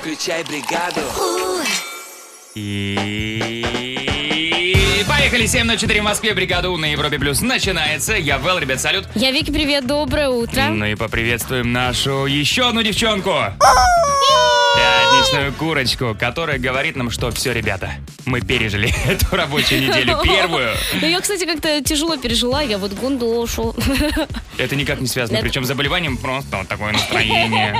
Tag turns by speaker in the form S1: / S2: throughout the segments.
S1: Включай бригаду.
S2: И поехали 7 на 4 в Москве. Бригада У на Европе Плюс начинается. Я Вэл, ребят, салют.
S3: Я Вики, привет, доброе утро.
S2: Ну и поприветствуем нашу еще одну девчонку. Пятничную курочку, которая говорит нам, что все, ребята, мы пережили эту рабочую неделю первую.
S3: Ну, я, кстати, как-то тяжело пережила, я вот гундошу.
S2: Это никак не связано,
S3: Нет.
S2: причем с заболеванием просто вот такое настроение.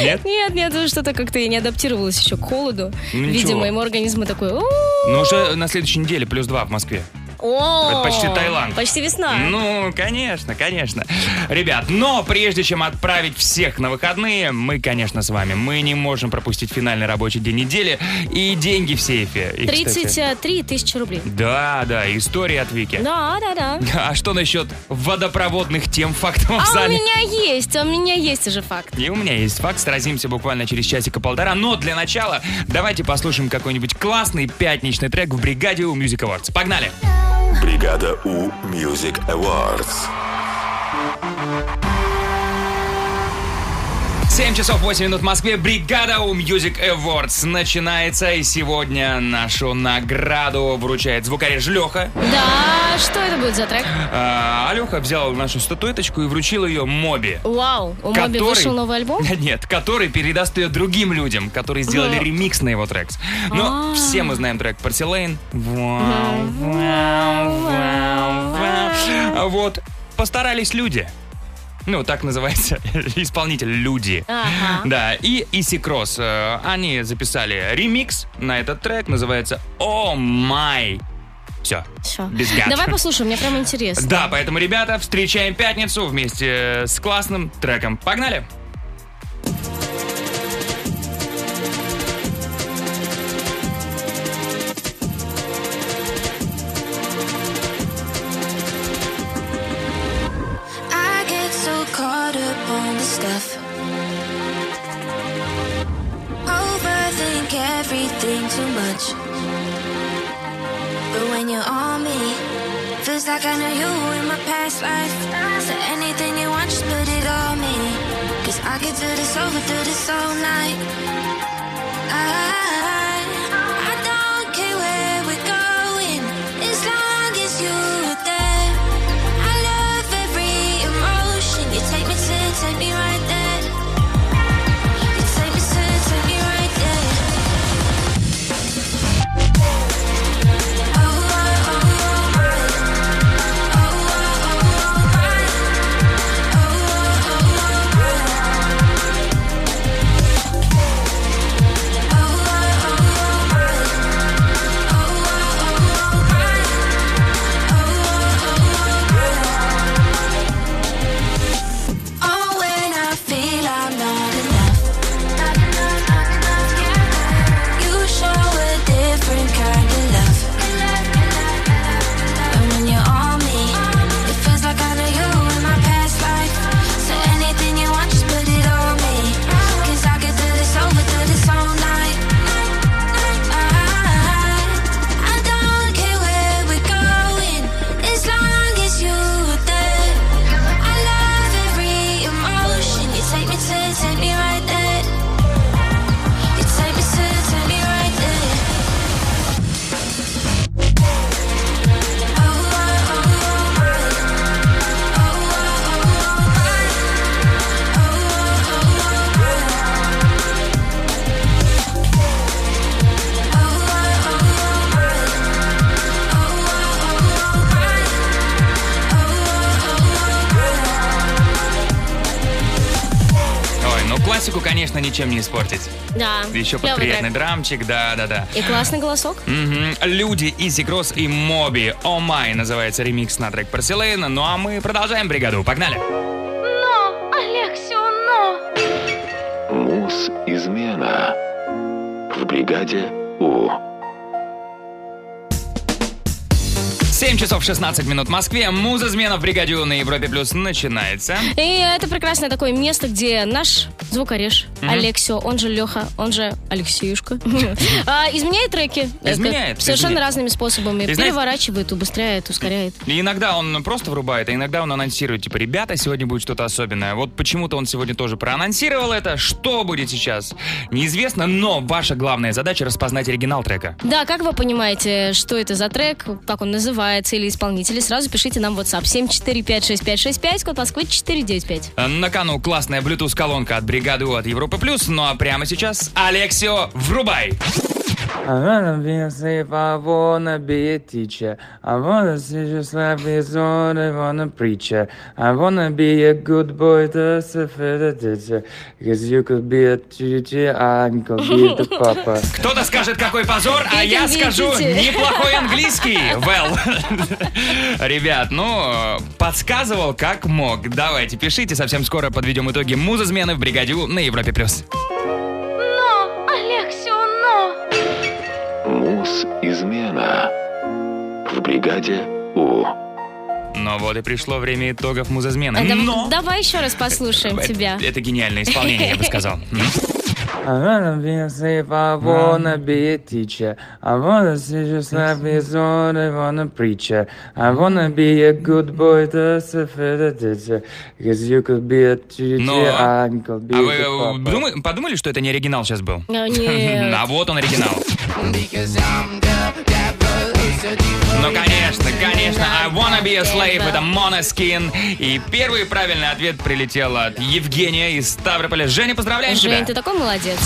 S2: Нет?
S3: Нет, нет, что-то как-то я не адаптировалась еще к холоду.
S2: Ну, ничего.
S3: Видимо, моему организму такой... «У,
S2: Ну уже на следующей неделе плюс два в Москве.
S3: о,
S2: Это почти Таиланд.
S3: Почти весна.
S2: Ну, конечно, конечно. Ребят, но прежде чем отправить всех на выходные, мы, конечно, с вами. Мы не можем пропустить финальный рабочий день недели и деньги в сейфе. И, кстати,
S3: 33 тысячи рублей.
S2: Да, да, история от Вики.
S3: Да, да, да.
S2: А что насчет водопроводных тем фактов
S3: А
S2: в
S3: у
S2: зале?
S3: меня есть, а у меня есть уже факт.
S2: И у меня есть факт, сразимся буквально через часика-полтора. Но для начала давайте послушаем какой-нибудь классный пятничный трек в бригаде у Music Awards. Погнали!
S4: Бригада У Music Awards.
S2: 7 часов 8 минут в Москве. Бригада у Music Awards начинается. И сегодня нашу награду вручает звукореж Леха.
S3: Да, что это будет за трек?
S2: А Леха взял нашу статуэточку и вручил ее Моби.
S3: Вау, у Моби вышел новый альбом?
S2: Нет, который передаст ее другим людям, которые сделали
S3: Ну.
S2: ремикс на его трек. Но
S3: А.
S2: все мы знаем трек Парсилейн. Вау, вау, вау, вау. А Вот, постарались люди. Ну, так называется исполнитель «Люди».
S3: Ага.
S2: Да, и Иси Кросс. э, Они записали ремикс на этот трек, называется «О май». Все,
S3: Всё.
S2: без гад.
S3: Давай послушаем, мне прям интересно.
S2: Да, поэтому, ребята, встречаем пятницу вместе с классным треком. Погнали!
S5: I get so caught up on the stuff. Overthink everything too much. But when you're on me, feels like I know you in my past life. So anything you want, just put it on me. Cause I could do this over, do this all night. I, I don't care where we're going, as long as you're there. I love every emotion. You take me to, take me right there. You take me to, take me right there. Oh, oh, oh, oh, my. Oh, oh, oh, oh, my. Oh, oh, oh, oh, my. Oh, oh, oh, oh, my. Oh, oh, oh, oh, my. Oh, when I feel I'm not enough. You show a different kind of love. And when you're on me, it feels like I know you in my past life. So anything you want, just put it on me. Cause I could do this over, do this all night. I don't care where we're going, as long as you're there. I love every emotion. You take me to, take me right there. You take me to, take me right there. Oh, oh, oh, oh, my. Oh, oh, oh, oh, my. Oh, oh, oh, oh, my. Oh, oh, oh, oh, my. Oh, oh, oh, oh, my.
S2: Ой, ну классику, конечно, ничем не испортить.
S3: Да.
S2: Еще под
S3: Клевый
S2: приятный
S3: трек.
S2: драмчик, да-да-да.
S3: И классный голосок.
S2: Мгм. Люди, Изи Кросс и Моби. О май называется ремикс на трек Парселейна. Ну а мы продолжаем бригаду. Погнали!
S6: Но, Алексю, но!
S7: Муз измена в бригаде У.
S2: 7 часов 16 минут в Москве. Муза-змена в бригаде «У» на Европе Плюс начинается.
S3: И это прекрасное такое место, где наш звукореж Алексио, он же Леха, он же Алексеюшка, а, изменяет треки. э,
S2: Изменяет,
S3: как- Совершенно
S2: изменяет.
S3: разными способами.
S2: И знаешь-
S3: Переворачивает, убыстряет, ускоряет.
S2: И иногда он просто врубает, а иногда он анонсирует, типа, ребята, сегодня будет что-то особенное. Вот почему-то он сегодня тоже проанонсировал это. Что будет сейчас? Неизвестно, но ваша главная задача распознать оригинал трека.
S3: Да, как вы понимаете, что это за трек, как он называется или исполнители, сразу пишите нам в WhatsApp 7456565, код Москвы 495.
S2: Э, На кону классная Bluetooth-колонка от бригады «У» от Европы+. плюс. Ну а прямо сейчас Алексио, врубай!
S1: I wanna be a slave, I wanna be a teacher. I wanna see just life is what I wanna preacher. I wanna be a good boy, that's a fair teacher. Cause you could be a teacher, I could be the papa.
S2: Кто-то скажет, какой позор, а я
S3: Видите?
S2: скажу, неплохой английский. Well. Ребят, ну, э, подсказывал как мог. Давайте, пишите, совсем скоро подведем итоги музызмены в бригаде «У» на Европе+. плюс.
S6: Но, Алексио, но!
S7: Муз-измена в бригаде У.
S2: Ну вот и пришло время итогов музызмены.
S3: А дав-
S2: Но...
S3: Давай еще раз послушаем
S2: это,
S3: тебя.
S2: это гениальное исполнение, я бы сказал. М.
S1: I wanna be a slave, I wanna be a teacher. I wanna see just life is what I wanna preacher. I wanna be a good boy, that's a fair teacher. Cause you could be a
S2: Но-
S1: teacher, I could be
S2: А вы
S1: the
S2: э,
S1: papa.
S2: думы- подумали, что это не оригинал сейчас был?
S3: А, нет.
S2: А вот он оригинал. Ну, конечно, конечно, I wanna be a slave, это Monoskin. И первый правильный ответ прилетел от Евгения из Ставрополя. Женя, поздравляем
S3: Жень, ты
S2: тебя!
S3: такой молодец.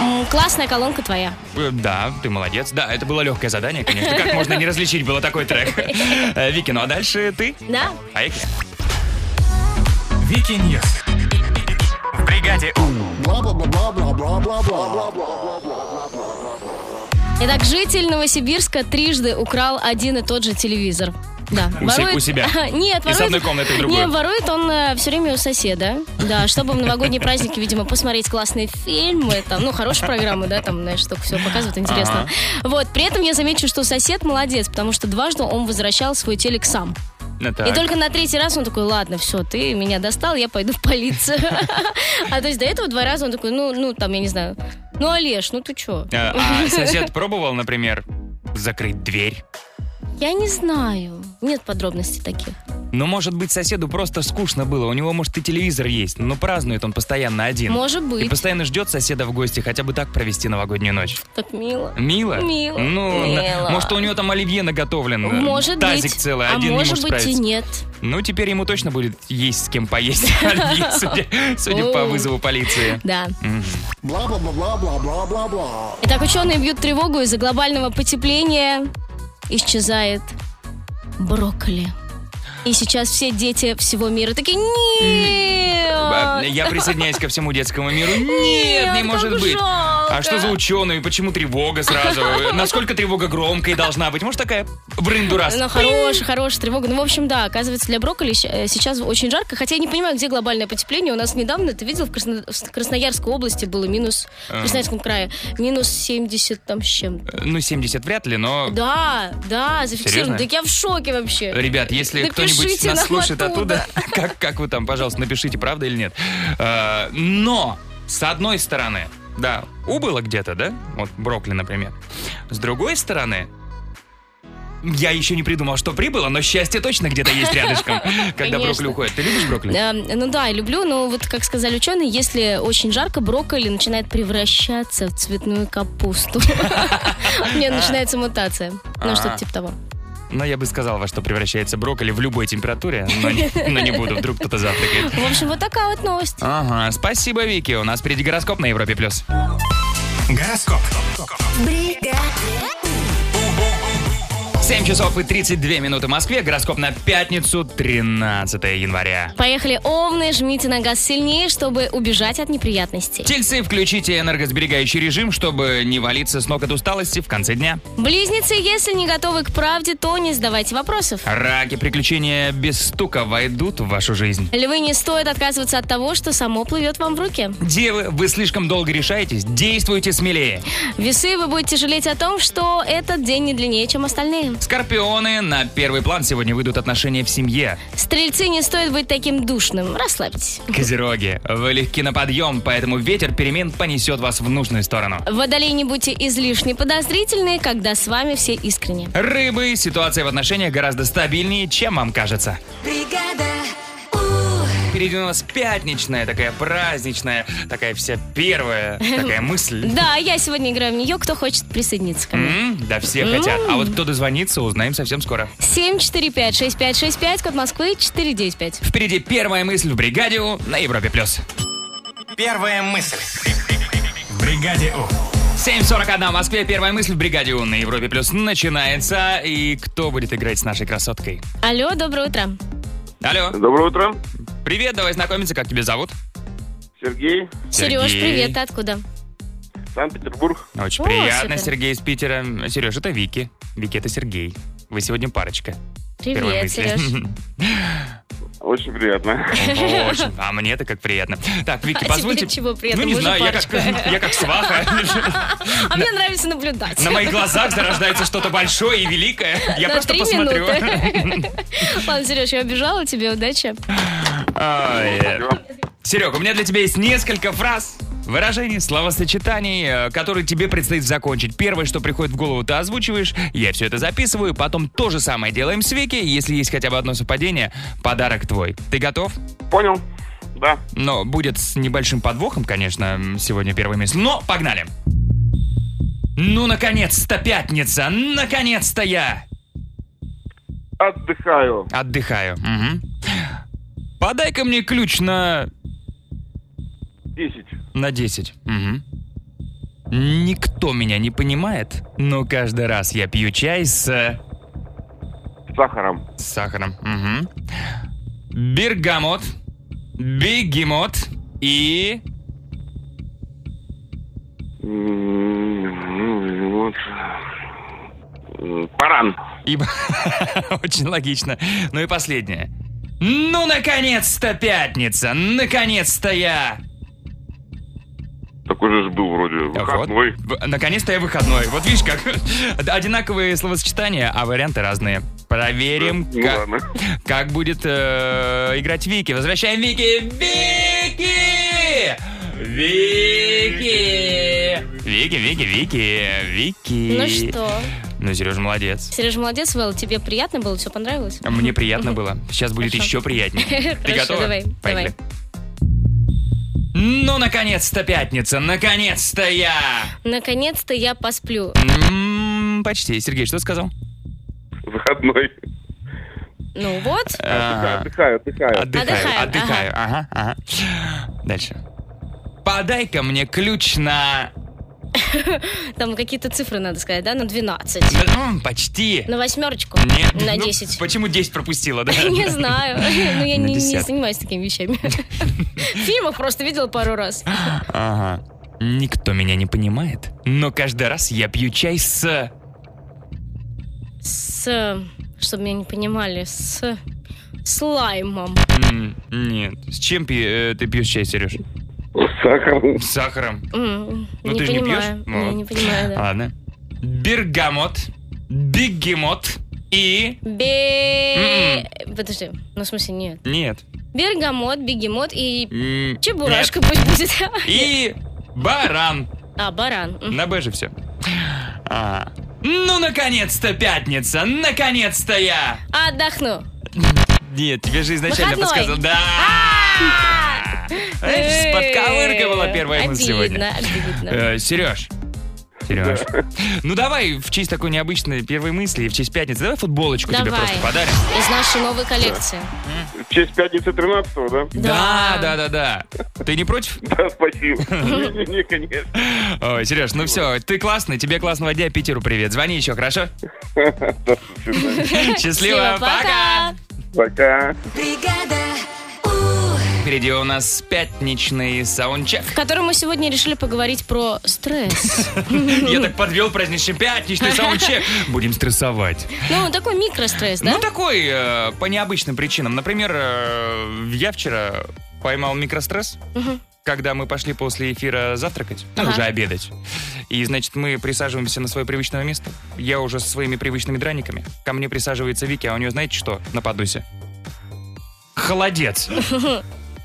S3: М, Классная колонка твоя.
S2: Э, Да, ты молодец. Да, это было легкое задание, конечно. Как можно не различить было такой трек? Э, Вики, ну а дальше ты? А
S3: Да?
S2: Поехали.
S8: Вики Ньюс. В бригаде У.
S3: Итак, житель Новосибирска трижды украл один и тот же телевизор. Да.
S2: У се- у себя?
S3: Нет,
S2: Из
S3: ворует...
S2: одной комнаты в другую?
S3: Нет, ворует он все время у соседа. Да, чтобы в новогодние праздники, видимо, посмотреть классные фильмы, там, ну, хорошие программы, да, там, знаешь, только все показывают, интересно. Вот, при этом я замечу, что сосед молодец, потому что дважды он возвращал свой телек сам.
S2: Ну,
S3: И
S2: так.
S3: только на третий раз он такой, ладно, все, ты меня достал, я пойду в полицию. А то есть до этого два раза он такой, ну, ну, там, я не знаю, ну, Олеж, ну ты чё?
S2: Э, А сосед пробовал, например, закрыть дверь?
S3: Я не знаю. Нет подробностей таких.
S2: Но, Ну, может быть, соседу просто скучно было. У него, может, и телевизор есть, но празднует он постоянно один.
S3: Может
S2: И
S3: быть.
S2: постоянно ждет соседа в гости, хотя бы так провести новогоднюю ночь.
S3: Так мило.
S2: Мило?
S3: Мило,
S2: Ну, н-
S3: мило.
S2: может, у него там оливье наготовлен. э,
S3: Может
S2: тазик
S3: быть.
S2: целый,
S3: а
S2: один не
S3: может
S2: может
S3: быть и
S2: справиться.
S3: нет.
S2: Ну, теперь ему точно будет есть с кем поесть оливье, судя- судя по
S3: Оу.
S2: вызову полиции.
S3: Да.
S2: Мгм.
S3: Итак, ученые бьют тревогу из-за глобального потепления. Исчезает брокколи. И сейчас все дети всего мира такие,
S2: Ба-
S3: нет,
S2: Э, Я присоединяюсь ко всему детскому миру.
S3: А. Нет,
S2: Нет, не
S3: как
S2: может быть.
S3: жалко.
S2: А что за ученые? Почему тревога сразу? Насколько тревога громкой должна быть? Может, такая в рынду раз?
S3: Ну, хорошая, хорошая тревога. Ну, в общем, да, оказывается, для брокколи щ- э, сейчас очень жарко. Хотя я не понимаю, где глобальное потепление. У нас недавно, ты видел, в, Красно- в Красноярской области было минус, в Красноярском крае, минус 70 там с чем-то.
S2: Ну, 70 вряд ли, но...
S3: Да, да,
S2: Серьезно?
S3: зафиксировано. Так я в шоке вообще.
S2: Ребят, если
S3: Напишите
S2: кто-нибудь нас
S3: нам
S2: слушает
S3: оттуда.
S2: оттуда, как, как вы там, пожалуйста, напишите, правда или нет. Э, Но, с одной стороны, да, убыло где-то, да? Вот брокколи, например. С другой стороны, я еще не придумал, что прибыло, но счастье точно где-то есть рядышком, когда
S3: Конечно.
S2: брокколи уходит. Ты любишь брокколи?
S3: Э, ну да, люблю, но вот как сказали ученые, если очень жарко, брокколи начинает превращаться в цветную капусту. У меня начинается мутация. Ну,
S2: А.
S3: что-то типа того.
S2: Но я бы сказал, во что превращается брокколи в любой температуре, но не- но не буду, вдруг кто-то завтракает.
S3: В общем, вот такая вот новость.
S2: Ага, спасибо, Вики. У нас впереди гороскоп на Европе+. плюс.
S8: Гороскоп.
S2: 7 часов и 32 минуты в Москве. Гороскоп на пятницу, 13 января.
S3: Поехали, овны, жмите на газ сильнее, чтобы убежать от неприятностей.
S2: Тельцы, включите энергосберегающий режим, чтобы не валиться с ног от усталости в конце дня.
S3: Близнецы, если не готовы к правде, то не задавайте вопросов.
S2: Раки, приключения без стука войдут в вашу жизнь.
S3: Львы, не стоит отказываться от того, что само плывет вам в руки.
S2: Девы, вы слишком долго решаетесь, действуйте смелее.
S3: Весы, вы будете жалеть о том, что этот день не длиннее, чем остальные.
S2: Скорпионы, на первый план сегодня выйдут отношения в семье.
S3: Стрельцы не стоит быть таким душным. Расслабьтесь.
S2: Козероги, вы легки на подъем, поэтому ветер перемен понесет вас в нужную сторону.
S3: Водолей не будьте излишне подозрительны, когда с вами все искренне.
S2: Рыбы, ситуация в отношениях гораздо стабильнее, чем вам кажется.
S5: Бригада У.
S2: Впереди у нас пятничная, такая праздничная, такая вся первая, такая мысль.
S3: Да, я сегодня играю в нее. Кто хочет присоединиться ко мне?
S2: М, Да все хотят. А вот кто дозвонится, узнаем совсем скоро.
S3: 745-6565, код Москвы 495.
S2: Впереди первая мысль в бригаде У на Европе+. плюс.
S8: Первая мысль. В бригаде У.
S2: 7.41 в Москве. Первая мысль в бригаде У на Европе+. плюс начинается. И кто будет играть с нашей красоткой?
S3: Алло, доброе утро.
S2: Алло,
S9: Доброе утро.
S2: привет, давай знакомиться. Как тебя зовут?
S9: Сергей,
S3: Сереж,
S2: Сергей.
S3: привет, ты откуда?
S9: Санкт-Петербург.
S2: Очень
S3: О,
S2: приятно,
S3: супер.
S2: Сергей из Питера. Сереж, это Вики. Вики, это Сергей. Вы сегодня парочка. Первая
S3: Привет,
S2: мысль.
S3: Сереж.
S9: Очень приятно.
S2: Очень. А мне это как приятно. Так, Вики,
S3: А
S2: позвольте...
S3: тебе чего приятно?
S2: Ну, не
S3: Мы же
S2: знаю, я как,
S3: парочка.
S2: я как сваха.
S3: А мне нравится наблюдать.
S2: На моих глазах зарождается что-то большое и великое. Ну, Я
S3: На
S2: просто
S3: три
S2: посмотрю.
S3: минуты. Ладно, Сереж, я убежала, тебе удачи.
S2: Ай, э. Серег, у меня для тебя есть несколько фраз, выражений, словосочетаний, э, которые тебе предстоит закончить. Первое, что приходит в голову, ты озвучиваешь, я все это записываю, потом то же самое делаем с Вики. Если есть хотя бы одно совпадение, подарок твой. Ты готов?
S9: Понял? Да.
S2: Но будет с небольшим подвохом, конечно, м, сегодня первый месяц. Но погнали! Ну, наконец-то пятница! Наконец-то я
S9: Отдыхаю.
S2: отдыхаю. Мгм. Подай-ка мне ключ на...
S9: Десять.
S2: На 10. Мгм. Никто меня не понимает, но каждый раз я пью чай с... э,
S9: С сахаром.
S2: с сахаром. Мгм. Бергамот, бегемот и...
S9: М, вот. М, Паран.
S2: И... Очень логично. Ну и последнее. Ну, наконец-то пятница! Наконец-то я!
S9: Такой же ж был вроде. Выходной.
S2: А Вот. В- Наконец-то я выходной. Вот видишь, как одинаковые словосочетания, а варианты разные. Проверим,
S9: Ну
S2: как,
S9: ладно.
S2: как будет э, играть Вики. Возвращаем Вики. Вики! Вики! Вики, Вики, Вики, Вики.
S3: Ну что,
S2: Ну, Сережа, молодец.
S3: Сереж, молодец, Вэл, тебе приятно было, все понравилось?
S2: Мне приятно было. Сейчас будет
S3: Хорошо.
S2: еще приятнее. Ты
S3: Хорошо,
S2: готова?
S3: давай,
S2: Поехали. Ну, наконец-то пятница, наконец-то я!
S3: Наконец-то я посплю.
S2: М, Почти. Сергей, что сказал?
S9: Выходной.
S3: Ну вот,
S2: А,
S9: Отдыхаю, отдыхаю.
S2: Отдыхаю,
S3: Отдыхаем,
S2: отдыхаю. Ага, ага. Дальше. Подай-ка мне ключ на...
S3: там какие-то цифры надо сказать, да, на 12.
S2: М, ну, Почти.
S3: На восьмерочку?
S2: Нет.
S3: На
S2: ну,
S3: 10.
S2: Почему 10 пропустила, да?
S3: Не знаю. Ну, я
S2: На
S3: не, не
S2: десятку.
S3: занимаюсь такими вещами. Фильмов просто видела пару раз.
S2: Ага. Никто меня не понимает, но каждый раз я пью чай с...
S3: С... э, Чтобы меня не понимали, с слаймом.
S2: М, Нет. С чем пи- э, ты пьешь чай, Сереж?
S9: С сахаром.
S2: С сахаром.
S3: М,
S2: Ну,
S3: не
S2: ты же не А.
S3: понимаю.
S2: пьешь? Вот.
S3: Не понимаю, да.
S2: Ладно. Бергамот, бегемот и...
S3: Бе...
S2: М-м.
S3: Подожди, ну, в смысле, нет.
S2: Нет.
S3: Бергамот, бегемот и...
S2: М,
S3: Чебурашка пусть будет.
S2: нет. И баран.
S3: А, баран. М.
S2: На Б же все. Ну, наконец-то пятница! Наконец-то я!
S3: А, Отдохну.
S2: Нет, тебе же изначально
S3: Выходной. А!
S2: подсказал. Да! Эх, Подковыркивала первая мысль сегодня. Э.
S3: Обидно, обидно.
S2: Сереж. Сереж. Ну давай в честь такой необычной первой мысли и в честь пятницы. Давай футболочку тебе
S3: Давай.
S2: просто подарим.
S3: Из нашей новой коллекции.
S9: В честь пятницы 13 да?
S2: Да, да, да, да. Ты не против?
S9: Да, спасибо. Не, не, не, конечно.
S2: Ой, Сереж, ну все, ты классный, тебе классного дня, Питеру привет. Звони еще, хорошо?
S9: Да, до свидания.
S2: Счастливо, пока!
S9: Пока.
S5: Бригада У.
S2: Впереди у нас пятничный саундчек.
S3: В котором мы сегодня решили поговорить про стресс.
S2: Я так подвел праздничный пятничный саундчек. Будем стрессовать.
S3: Ну, такой микростресс, да?
S2: Ну, такой, э, по необычным причинам. Например, э, я вчера поймал микростресс. когда мы пошли после эфира завтракать, ну,
S3: Ага.
S2: уже обедать. И, значит, мы присаживаемся на свое привычное место. Я уже со своими привычными драниками. Ко мне присаживается Вики, а у нее, знаете что, на подусе? Холодец.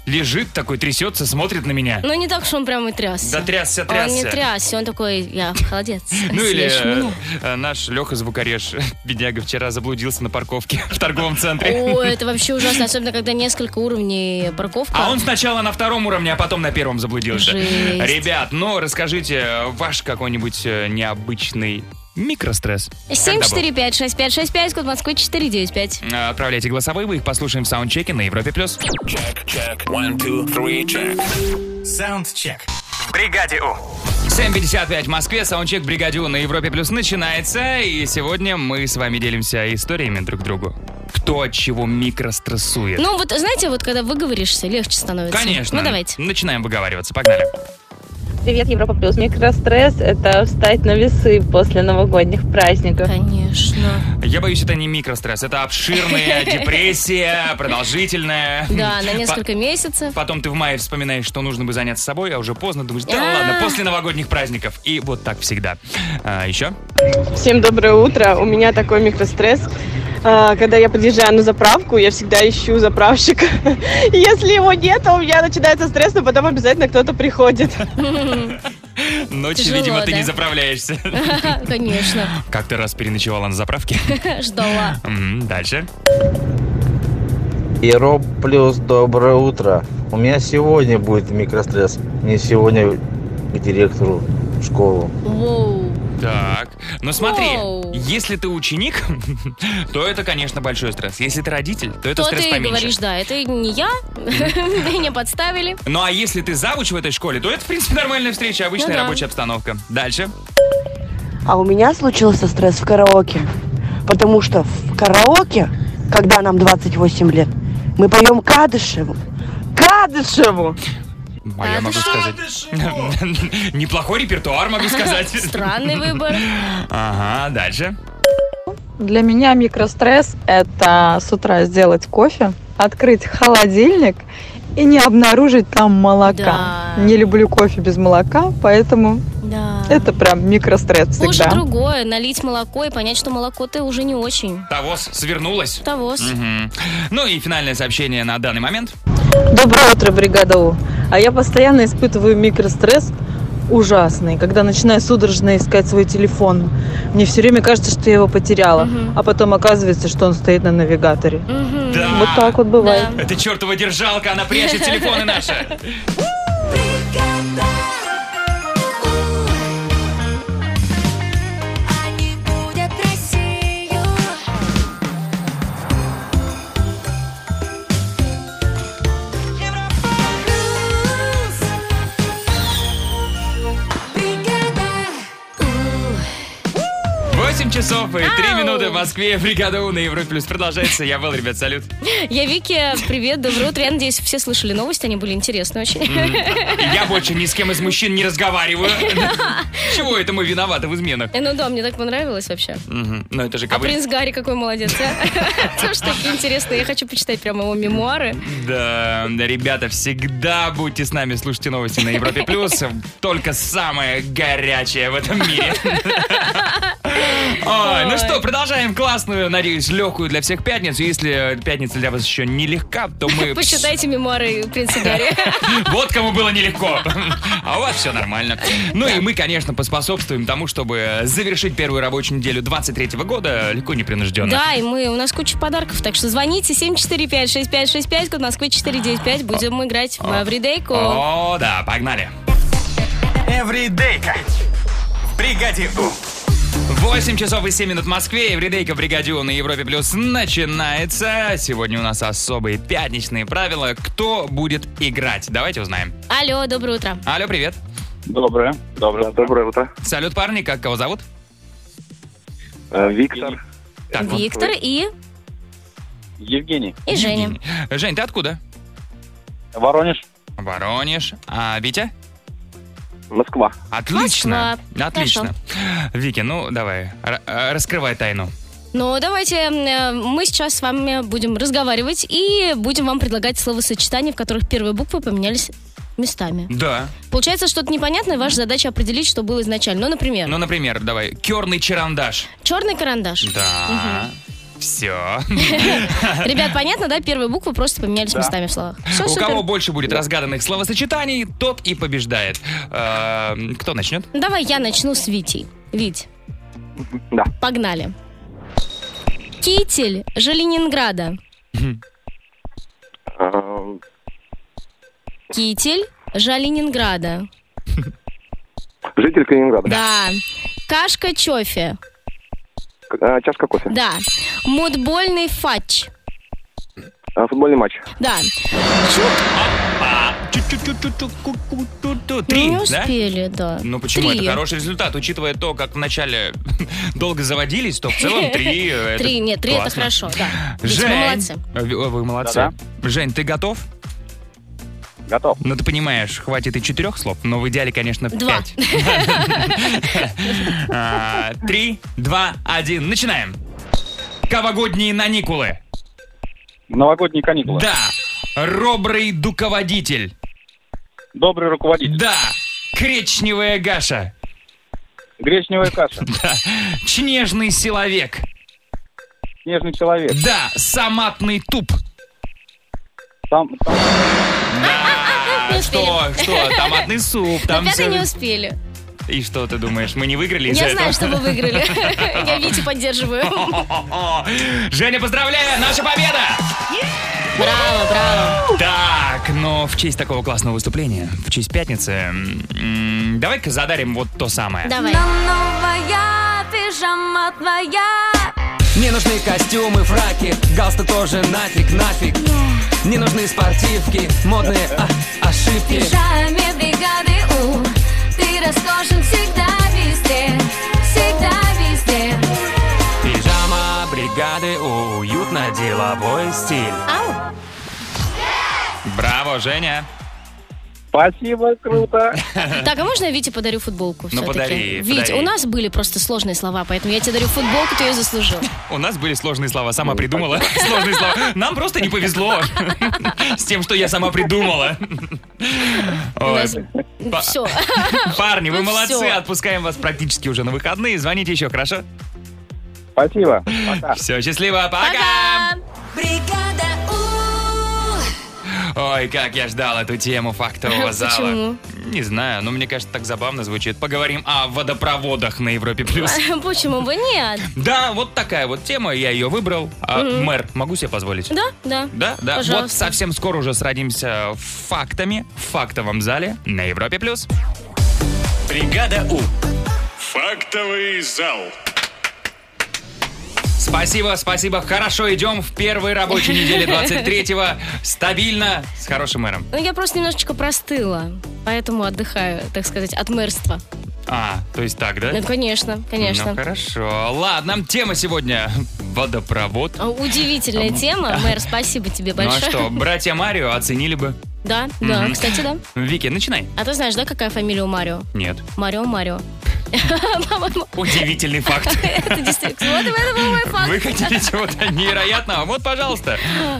S2: Лежит такой, трясется, смотрит на меня.
S3: Ну, не так, что он прям и трясся.
S2: Да трясся,
S3: Он не
S2: трясся.
S3: трясся, он такой, я холодец.
S2: Ну или
S3: А съешь
S2: э,
S3: меня».
S2: э, наш Леха Звукореж, бедняга, вчера заблудился на парковке в торговом центре.
S3: О, это вообще ужасно, особенно когда несколько уровней парковка.
S2: А он сначала на втором уровне, а потом на первом заблудился.
S3: Жесть.
S2: Ребят, ну расскажите э, ваш какой-нибудь э, необычный микростресс. Когда был?
S3: 745-6565, код Москвы 495.
S2: Э, Отправляйте голосовые, мы их послушаем в саундчеке на Европе+. плюс.
S8: Саундчек. В бригаде У.
S2: 7.55 в Москве, саундчек «Бригадю» на Европе Плюс начинается, и сегодня мы с вами делимся историями друг другу. Кто от чего микрострессует.
S3: Ну, вот, знаете, вот когда выговоришься, легче становится.
S2: Конечно.
S3: Ну, давайте.
S2: Начинаем выговариваться, погнали.
S10: Привет, Европа Плюс. Микростресс – это встать на весы после новогодних праздников.
S3: Конечно.
S2: Я боюсь, это не микростресс, это обширная депрессия, продолжительная.
S3: Да, на
S2: По-
S3: несколько месяцев.
S2: Потом ты в мае вспоминаешь, что нужно бы заняться собой, а уже поздно думаешь, да
S3: А.
S2: ладно, после новогодних праздников. И вот так всегда. А, еще?
S10: Всем доброе утро. У меня такой микростресс. А, Когда я подъезжаю на заправку, я всегда ищу заправщика. Если его нет, то у меня начинается стресс, но потом обязательно кто-то приходит.
S2: Ночью,
S3: Тяжело,
S2: видимо, ты
S3: да?
S2: не заправляешься.
S3: Конечно.
S2: Как ты раз переночевала на заправке?
S3: Ждала.
S2: Мгм, Дальше.
S11: Европ Плюс, доброе утро. У меня сегодня будет микростресс. Мне сегодня к директору в школу.
S3: Воу.
S2: Так, ну смотри,
S3: Воу.
S2: если ты ученик, то это, конечно, большой стресс. Если ты родитель, то это
S3: То
S2: стресс
S3: ты
S2: поменьше.
S3: говоришь, да, это не я, меня подставили.
S2: Ну а если ты завуч в этой школе, то это, в принципе, нормальная встреча, обычная
S3: Ну да.
S2: рабочая обстановка. Дальше.
S12: А у меня случился стресс в караоке. Потому что в караоке, когда нам 28 лет, мы поем Кадышеву. Кадышеву!
S2: А я могу сказать. Неплохой репертуар, могу сказать.
S3: Странный выбор.
S2: Ага, дальше.
S13: Для меня микростресс – это с утра сделать кофе, открыть холодильник и не обнаружить там молока. Не люблю кофе без молока, поэтому это прям микростресс
S3: Уже
S13: всегда.
S3: другое, налить молоко и понять, что молоко ты уже не очень.
S2: Тавос свернулась.
S3: Тавос.
S2: Мгм. Ну и финальное сообщение на данный момент.
S13: Доброе утро, бригада У.
S10: А я постоянно испытываю микростресс ужасный, когда начинаю судорожно искать свой телефон. Мне все время кажется, что я его потеряла, а потом оказывается, что он стоит на навигаторе.
S2: Да.
S10: Вот так вот бывает.
S2: Это чертова держалка, она прячет телефоны наши.
S5: Они будят Россию Европа плюс Бригада
S2: 8 часов и 3 минуты в Москве. Бригада У на Европе Плюс продолжается. Я был, ребят, салют.
S3: Я Вики, привет, доброе утро. Я надеюсь, все слышали новости, они были интересны
S2: Мгм.
S3: очень.
S2: Я больше ни с кем из мужчин не разговариваю. Чего это мы виноваты в изменах?
S3: Э, Ну да, мне так понравилось вообще.
S2: Мгм. Ну это же
S3: А
S2: как бы...
S3: принц Гарри какой молодец, а? Тоже такие интересные. Я хочу почитать прямо его мемуары.
S2: Да, ребята, всегда будьте с нами, слушайте новости на Европе Плюс. Только самое горячее в этом мире. Ой, ну что, продолжаем классную, надеюсь, легкую для всех пятницу. Если пятница для вас еще нелегка, то мы...
S3: Почитайте мемуары принца Гарри.
S2: Вот кому было нелегко. А у вас все нормально. Ну и мы, конечно, поспособствуем тому, чтобы завершить первую рабочую неделю 23 года легко и непринужденно.
S3: Да, и мы, у нас куча подарков, так что звоните 745-6565, код Москвы 495.
S2: А.
S3: Будем играть в Эвридейку.
S2: О, да, погнали.
S8: Эвридейка. В бригаде У.
S2: 8 часов и 7 минут в Москве. Эвридейка Бригадю на Европе Плюс начинается. Сегодня у нас особые пятничные правила. Кто будет играть? Давайте узнаем.
S3: Алло, доброе утро.
S2: Алло, привет.
S9: Доброе. Доброе. Доброе утро.
S2: Салют, парни. Как кого зовут?
S9: Э, Виктор.
S2: Так, вот.
S3: Виктор и...
S9: Евгений.
S3: и Женя.
S2: Э, Жень, ты откуда?
S9: Воронеж.
S2: Воронеж. А Витя?
S9: Москва.
S2: Отлично.
S3: Москва.
S2: Отлично. Вики, ну давай, р- э, раскрывай тайну.
S3: Ну, давайте э, мы сейчас с вами будем разговаривать и будем вам предлагать словосочетания, в которых первые буквы поменялись местами.
S2: Да.
S3: Получается что-то непонятное, ваша задача определить, что было изначально. Ну, например,
S2: Ну, например, давай, керный черандаш.
S3: черный карандаш.
S2: Да. Все.
S3: Ребят, понятно, да? Первые буквы просто поменялись местами в словах. Все
S2: У
S3: супер.
S2: кого больше будет разгаданных словосочетаний, тот и побеждает. Э, Кто начнет?
S3: Ну, Давай я начну с Вити. Вить,
S9: Да.
S3: погнали. Китель Желенинграда.
S9: А,
S3: Китель Жалининграда.
S9: Житель Калининграда.
S3: Да. Кашка Чофе.
S9: А, Чашка кофе.
S3: Да. Мудбольный фатч.
S9: А, Футбольный матч.
S3: Да. Ну,
S2: Три,
S3: Не
S2: да?
S3: успели, да.
S2: Ну почему?
S3: Три.
S2: Это хороший результат, учитывая то, как вначале долго заводились, то в целом три. э, это
S3: Три, нет, три это
S2: классно.
S3: хорошо, да. Ведь
S2: Жень,
S3: мы молодцы.
S2: э, ви- э, вы молодцы. Жень, ты готов?
S9: Готов.
S2: Ну ты понимаешь, хватит и четырех слов, но в идеале, конечно,
S3: Два.
S2: пять. А, Три, два, один, начинаем. Новогодние наникулы.
S9: Новогодние каникулы.
S2: Да. Робрый дуководитель.
S9: Добрый руководитель.
S2: Да. Кречневая гаша.
S9: Гречневая каша.
S2: Да. Чнежный силовек.
S9: Снежный человек.
S2: Да. Саматный туп.
S9: Там, там
S2: Да.
S3: Не
S2: Что?
S3: успели.
S2: Что? Томатный суп. Там
S3: Ребята
S2: всё-
S3: не успели.
S2: И что ты думаешь, мы не выиграли из-за
S3: Я знаю,
S2: этого?
S3: что вы выиграли. Я Витю поддерживаю.
S2: Женя, поздравляю! Наша победа!
S3: Браво, браво!
S2: Так, но в честь такого классного выступления, в честь пятницы, м, м, давай-ка задарим вот то самое.
S6: Нам новая пижама твоя.
S14: Мне нужны костюмы, фраки, галстук тоже нафиг, нафиг. Не нужны спортивки, модные а,
S6: В
S14: ошибки.
S6: пижаме бригады У. Ты роскошен всегда везде, всегда везде.
S14: Пижама бригады, у, уютно деловой стиль.
S2: Браво, Женя!
S9: Спасибо, круто!
S3: Так, а можно я Вите подарю футболку
S2: Ну,
S3: все-таки?
S2: подари,
S3: Вить,
S2: подари.
S3: у нас были просто сложные слова, поэтому я тебе дарю футболку, ты ее заслужил.
S2: У нас были сложные слова, сама придумала сложные слова. Нам просто не повезло с тем, что я сама придумала.
S3: Ну, нас-
S2: Вот. Па-
S3: Все.
S2: Парни, вы
S3: Ну,
S2: молодцы,
S3: всё.
S2: отпускаем вас практически уже на выходные. Звоните еще, хорошо?
S9: Спасибо.
S2: Все, счастливо, пока!
S5: Бригада У.
S2: Ой, как я ждал эту тему фактового зала.
S3: Почему?
S2: Не знаю, но мне кажется, так забавно звучит. Поговорим о водопроводах на Европе+. плюс.
S3: Почему бы нет?
S2: Да, вот такая вот тема, я ее выбрал. А,
S3: Мгм.
S2: Мэр, могу себе позволить?
S3: Да, да.
S2: Да, да.
S3: Пожалуйста.
S2: Вот совсем скоро уже срадимся фактами в фактовом зале на Европе плюс. Бригада У.
S15: Фактовый зал.
S2: Спасибо, спасибо. Хорошо идем в первой рабочей неделе 23-го. Стабильно, с хорошим мэром.
S3: Ну, я просто немножечко простыла, поэтому отдыхаю, так сказать, от мэрства.
S2: А, то есть так, да?
S3: Ну, конечно, конечно.
S2: Ну, хорошо. Ладно, тема сегодня водопровод.
S3: А, Удивительная тема. Мэр, спасибо тебе
S2: Ну а
S3: большое.
S2: что, братья Марио оценили бы.
S3: Да, да,
S2: Мгм.
S3: кстати, да.
S2: Вики, начинай.
S3: А ты знаешь, да, какая фамилия у Марио?
S2: Нет.
S3: Марио Марио. По-моему,
S2: Удивительный факт.
S3: Это действительно. Вот это был мой факт.
S2: Вы хотели чего-то невероятного? Вот, пожалуйста.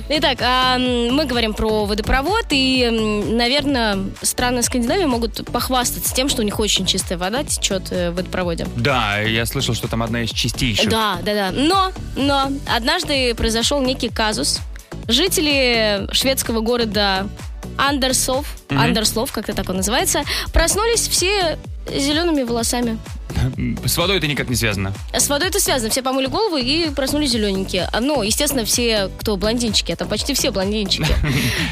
S3: Итак, а, м, мы говорим про водопровод, и, м, наверное, страны Скандинавии могут похвастаться тем, что у них очень чистая вода течет э, в водопроводе.
S2: Да, я слышал, что там одна из чистейших.
S3: Да, да, да. Но, но однажды произошел некий казус. Жители шведского города Андерсов,
S2: Мгм.
S3: Андерслов, как-то так он называется, проснулись все зелеными волосами.
S2: С водой это никак не связано.
S3: С водой это связано. Все помыли голову и проснулись зелененькие. А, Ну, естественно, все, кто блондинчики, а там почти все блондинчики.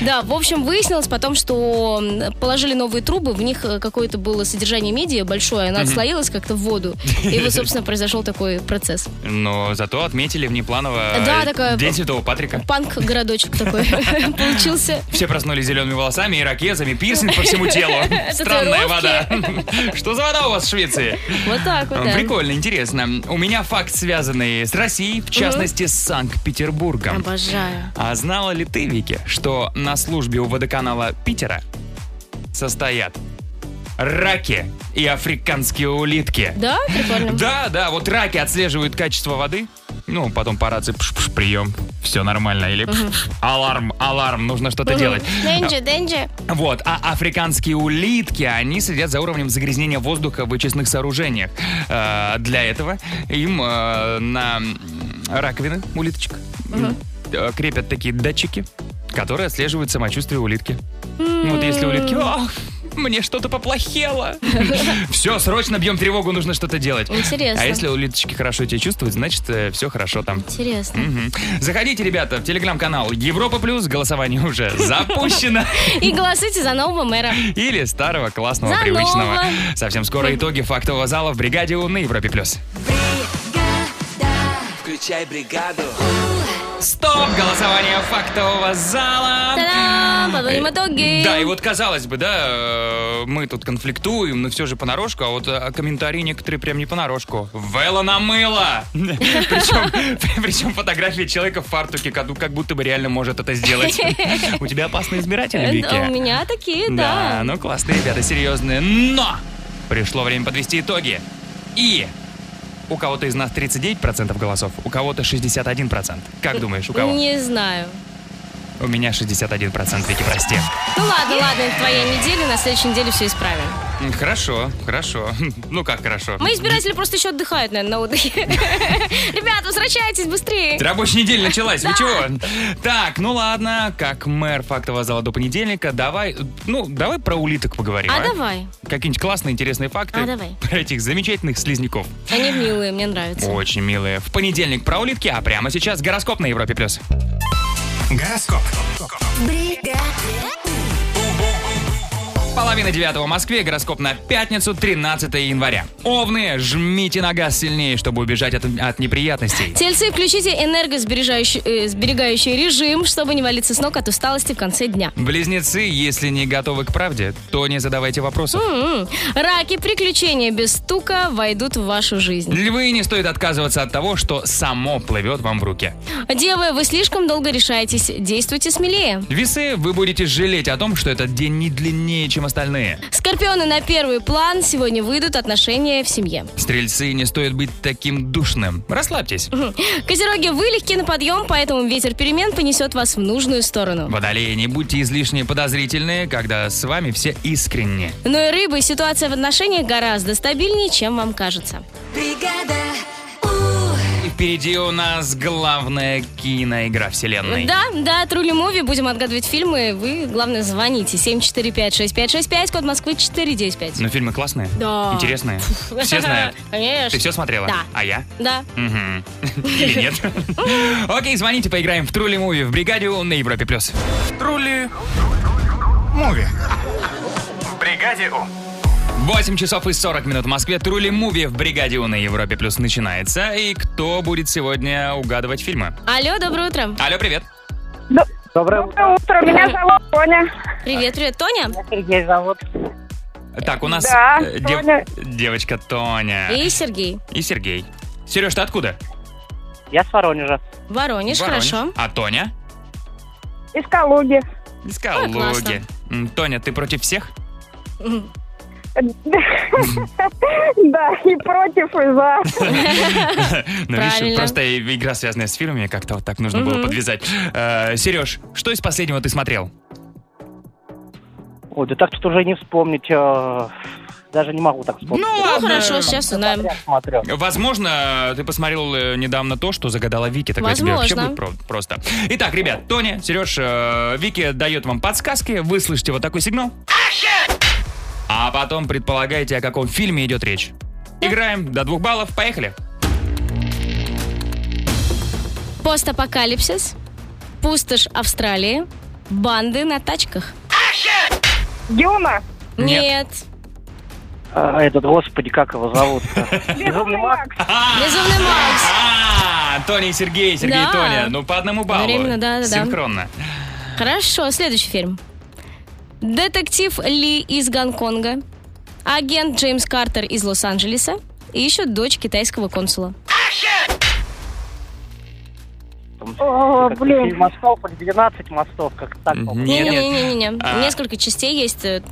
S3: Да, в общем, выяснилось потом, что м, положили новые трубы, в них э, какое-то было содержание меди большое, она
S2: Мгм.
S3: отслоилась как-то в воду. И вот, собственно, произошел такой процесс.
S2: Но зато отметили внепланово э,
S3: Да, такая-
S2: День Святого Патрика.
S3: Панк-городочек такой получился.
S2: Все проснулись зелеными волосами и ракезами, пирсинг по всему телу. Странная вода. Что за вода у вас в Швеции?
S3: Вот так вот, Типа, да.
S2: А, Э, Прикольно, интересно. У меня факт, связанный с Россией, в частности, с Санкт-Петербургом.
S3: Обожаю.
S2: А знала ли ты, Вики, что на службе у водоканала Питера состоят раки и африканские улитки?
S3: Да? Прикольно.
S2: Да, да, вот раки отслеживают качество воды. Ну, потом по рации пш-пш, прием. все нормально, или «Пф, аларм, аларм, нужно что-то делать. А,
S3: Денджи, Денджи.
S2: Вот, а африканские улитки, они следят за уровнем загрязнения воздуха в вычистных сооружениях. Э, Для этого им э, на м, раковины улиточек м, э, крепят такие датчики, которые отслеживают самочувствие улитки. Вот если улитки, «Ах, мне что-то поплохело. все, срочно бьем тревогу, нужно что-то делать.
S3: Интересно.
S2: А если улиточки хорошо тебя чувствуют, значит, все хорошо там.
S3: Интересно.
S2: Мгм. Заходите, ребята, в телеграм-канал Европа Плюс, голосование уже запущено.
S3: И голосуйте за нового мэра.
S2: Или старого классного
S3: За
S2: привычного.
S3: нового.
S2: Совсем скоро итоги фактового зала в бригаде У на Европе плюс.
S14: Включай бригаду.
S2: Стоп! Голосование фактового зала.
S3: Та-дам! Подводим
S2: Э,
S3: итоги.
S2: Да, и вот казалось бы, да, э, мы тут конфликтуем, но все же понарошку, а вот э, комментарии некоторые прям не понарошку. Вела намыла! Причем, причем фотография человека в фартуке, как как будто бы реально может это сделать. У тебя опасные избиратели, Вики.
S3: Э, Да, У меня такие, да.
S2: Да, ну классные ребята, серьезные. Но пришло время подвести итоги. И у кого-то из нас 39% голосов, у кого-то 61%. Как думаешь, у кого?
S3: Не знаю.
S2: У меня 61%, Вики, прости.
S3: Ну ладно, ладно, это твоя неделя, на следующей неделе все исправим.
S2: М, Хорошо, хорошо. Ну как хорошо?
S3: Мои избиратели просто еще отдыхают, наверное, на отдыхе. Ребята, возвращайтесь быстрее.
S2: Рабочая неделя началась, вы
S3: Да.
S2: чего? Так, ну ладно, как мэр фактового зала до понедельника, давай, ну, давай про улиток поговорим,
S3: А давай.
S2: Какие-нибудь классные, интересные факты
S3: А давай.
S2: про этих замечательных слизняков.
S3: Они милые, мне нравятся.
S2: Очень милые. В понедельник про улитки, а прямо сейчас гороскоп на Европе+. плюс.
S8: Гороскоп.
S2: Половина девятого в Москве, гороскоп на пятницу, 13 января. Овны, жмите на газ сильнее, чтобы убежать от, от неприятностей.
S3: Тельцы, включите энергосберегающий э, сберегающий режим, чтобы не валиться с ног от усталости в конце дня.
S2: Близнецы, если не готовы к правде, то не задавайте вопросов.
S3: М-м. Раки, приключения без стука войдут в вашу жизнь.
S2: Львы, не стоит отказываться от того, что само плывет вам в руки.
S3: Девы, вы слишком долго решаетесь, действуйте смелее.
S2: Весы, вы будете жалеть о том, что этот день не длиннее, чем остальные.
S3: Скорпионы на первый план сегодня выйдут отношения в семье.
S2: Стрельцы, не стоит быть таким душным. Расслабьтесь.
S3: Мгм. Козероги, вы легки на подъем, поэтому ветер перемен понесет вас в нужную сторону.
S2: Водолеи, не будьте излишне подозрительные, когда с вами все искренне.
S3: Но и рыбы ситуация в отношениях гораздо стабильнее, чем вам кажется.
S2: И впереди у нас главная киноигра вселенной.
S3: Да, да, Трули Муви, будем отгадывать фильмы. Вы, главное, звоните. 745-6565, код Москвы 495.
S2: Но фильмы классные.
S3: Да.
S2: Интересные. Ну, Все знают.
S3: Конечно.
S2: Ты все смотрела?
S3: Да.
S2: А я?
S3: Да.
S2: Мгм. Или нет? Окей, звоните, поиграем в Трули Муви в бригаде на Европе плюс.
S8: Трули. Муви. В бригаде У.
S2: 8 часов и 40 минут в Москве. Трули Муви в бригаде на Европе плюс начинается. И кто будет сегодня угадывать фильмы?
S3: Алло, доброе утро.
S2: Алло, привет.
S16: Доброе утро, меня зовут Тоня.
S2: А,
S3: Привет, привет, Тоня.
S16: Сергей зовут.
S2: Так, у нас
S16: Да,
S2: э, дев-
S16: Тоня.
S2: девочка Тоня.
S3: И Сергей.
S2: И Сергей. Сереж, ты откуда?
S16: Я с Воронежа.
S2: Воронеж.
S3: Воронеж, хорошо.
S2: А Тоня?
S16: Из Калуги.
S2: Из
S16: Ой, классно.
S2: Калуги. М, Тоня, ты против всех?
S16: Да, и против, и за.
S2: Ну, видишь,
S16: Правильно.
S2: просто и- игра, связанная с фильмами, как-то вот так нужно было
S16: Мгм.
S2: подвязать. Сереж, что из последнего ты смотрел?
S17: Ой, да так тут уже не вспомнить. э, Даже не могу так вспомнить.
S3: Ну, хорошо, сейчас узнаем.
S2: Возможно, ты посмотрел э, недавно то, что загадала Вики. Тогда тебе вообще
S3: Возможно.
S2: будет про- просто. Итак, ребят, Тоня, Сереж, э, Вики дает вам подсказки. Вы слышите вот такой сигнал. А потом предполагаете, о каком фильме идет речь. Играем до двух баллов. Поехали.
S3: Постапокалипсис, пустошь Австралии, банды на тачках.
S16: Дюна?
S3: Нет.
S17: А, этот, господи, как его зовут?
S16: Безумный Макс.
S3: Безумный Макс.
S2: А, Тоня и Сергей, Сергей
S3: Да.
S2: и Тоня. Ну, по одному баллу.
S3: Одновременно, да, да, да.
S2: Синхронно.
S3: Хорошо, следующий фильм. Детектив Ли из Гонконга, агент Джеймс Картер из Лос-Анджелеса и еще дочь китайского консула.
S16: О, блин.
S17: Фильм мостов или 12 мостов, как так. по-моему.
S3: Не-не-не-не.
S2: А.
S3: Несколько частей есть. э,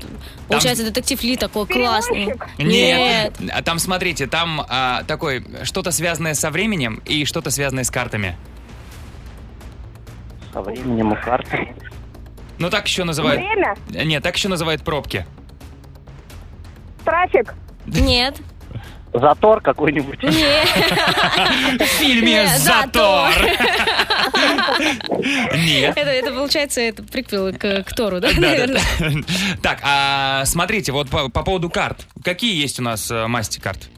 S3: Получается, детектив Ли такой классный.
S2: Нет. А Там, смотрите, там а, такой что-то связанное со временем и что-то связанное с картами.
S17: со временем и карты.
S2: Ну так еще называют...
S16: Время?
S2: Нет, так еще называют пробки.
S16: Трафик.
S3: Нет.
S17: Затор какой-нибудь.
S2: В фильме
S3: Нет,
S2: «Затор». Нет.
S3: Это, это, получается, это приквел к, к Тору, да,
S2: Да, да,
S3: наверное?
S2: да. Так, а, смотрите, вот по, по поводу карт. Какие есть у нас э, масти карт?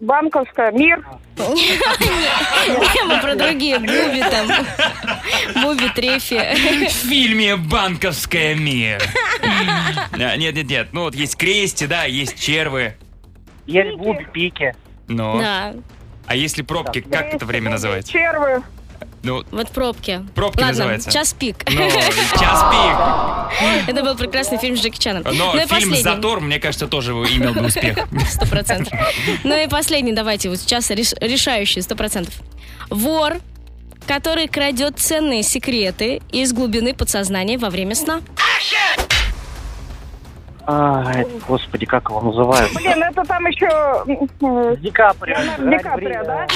S16: Банковская. Мир.
S3: Не, мы про другие. Буби там. Буби
S2: В
S3: Трефи.
S2: фильме «Банковская мир». А, Нет, нет, нет. Ну вот есть крести, да, есть червы.
S17: Есть губи, пики.
S2: Ну. А если пробки, как это время называется?
S16: Червы.
S2: Ну,
S3: Вот пробки.
S2: Пробки
S3: Ладно,
S2: называется.
S3: час пик.
S2: ну, час
S3: Это был прекрасный фильм с Джеки Чаном.
S2: пик. Но
S3: ну и
S2: фильм
S3: последний.
S2: «Затор», мне кажется, тоже имел бы успех.
S3: Сто процентов. Ну и последний, давайте, вот сейчас реш- решающий, сто процентов. Вор, который крадет ценные секреты из глубины подсознания во время сна.
S17: Ай, господи, как его называют?
S16: Блин, это там еще...
S17: Ди Каприо.
S16: Ди Каприо, да?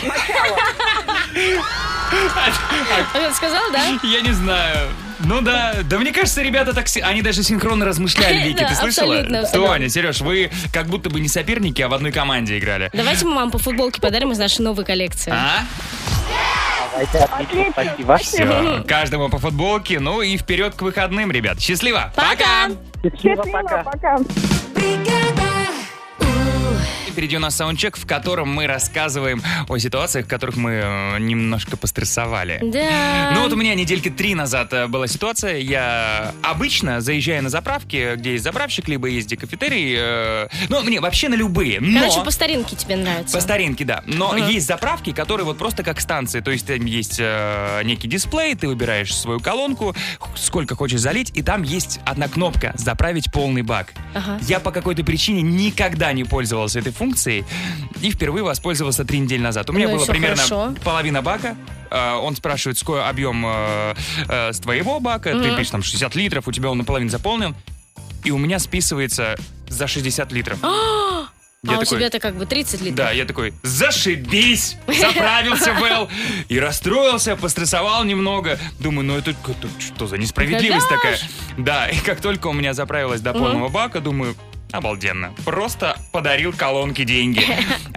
S3: А сказал, да?
S2: Я не знаю. Ну да, да мне кажется, ребята так... си- Они даже синхронно размышляли, Вики,
S3: Да,
S2: ты слышала?
S3: абсолютно, абсолютно.
S2: Тоня, Сереж, вы как будто бы не соперники, а в одной команде играли.
S3: Давайте мы вам по футболке подарим из нашей новой коллекции.
S2: А?
S16: Отлично, спасибо.
S2: Все, каждому по футболке, ну и вперед к выходным, ребят. Счастливо!
S3: Пока!
S16: Счастливо, пока.
S2: Впереди у нас саундчек, в котором мы рассказываем о ситуациях, в которых мы э, немножко пострессовали.
S3: Да.
S2: Ну вот у меня недельки три назад э, была ситуация. Я обычно заезжаю на заправки, где есть заправщик, либо есть декафетерий. э, Ну, мне вообще на любые. Но...
S3: Короче, по старинке тебе нравится.
S2: По старинке, да. Но
S3: Ага.
S2: есть заправки, которые вот просто как станции. То есть там есть э, некий дисплей, ты выбираешь свою колонку, х- сколько хочешь залить, и там есть одна кнопка «Заправить полный бак».
S3: Ага.
S2: Я по какой-то причине никогда не пользовался этой функцией и впервые воспользовался три недели назад. У меня
S3: Ну и
S2: было
S3: всё
S2: примерно
S3: хорошо.
S2: половина бака. Э, Он спрашивает, сколько объем э, э, с твоего бака. Ты
S3: Мгм.
S2: пишешь там 60 литров, у тебя он наполовину заполнен. И у меня списывается за 60 литров.
S3: А
S2: Я
S3: у
S2: такой-
S3: тебя-то как бы 30 литров.
S2: Да, я такой, зашибись, заправился Вэл. И расстроился, пострессовал немного. Думаю, ну это к- это что за несправедливость
S3: Да
S2: такая?
S3: ж.
S2: Да, и как только у меня заправилась до
S3: Мгм.
S2: полного бака, думаю, обалденно. Просто подарил колонке деньги.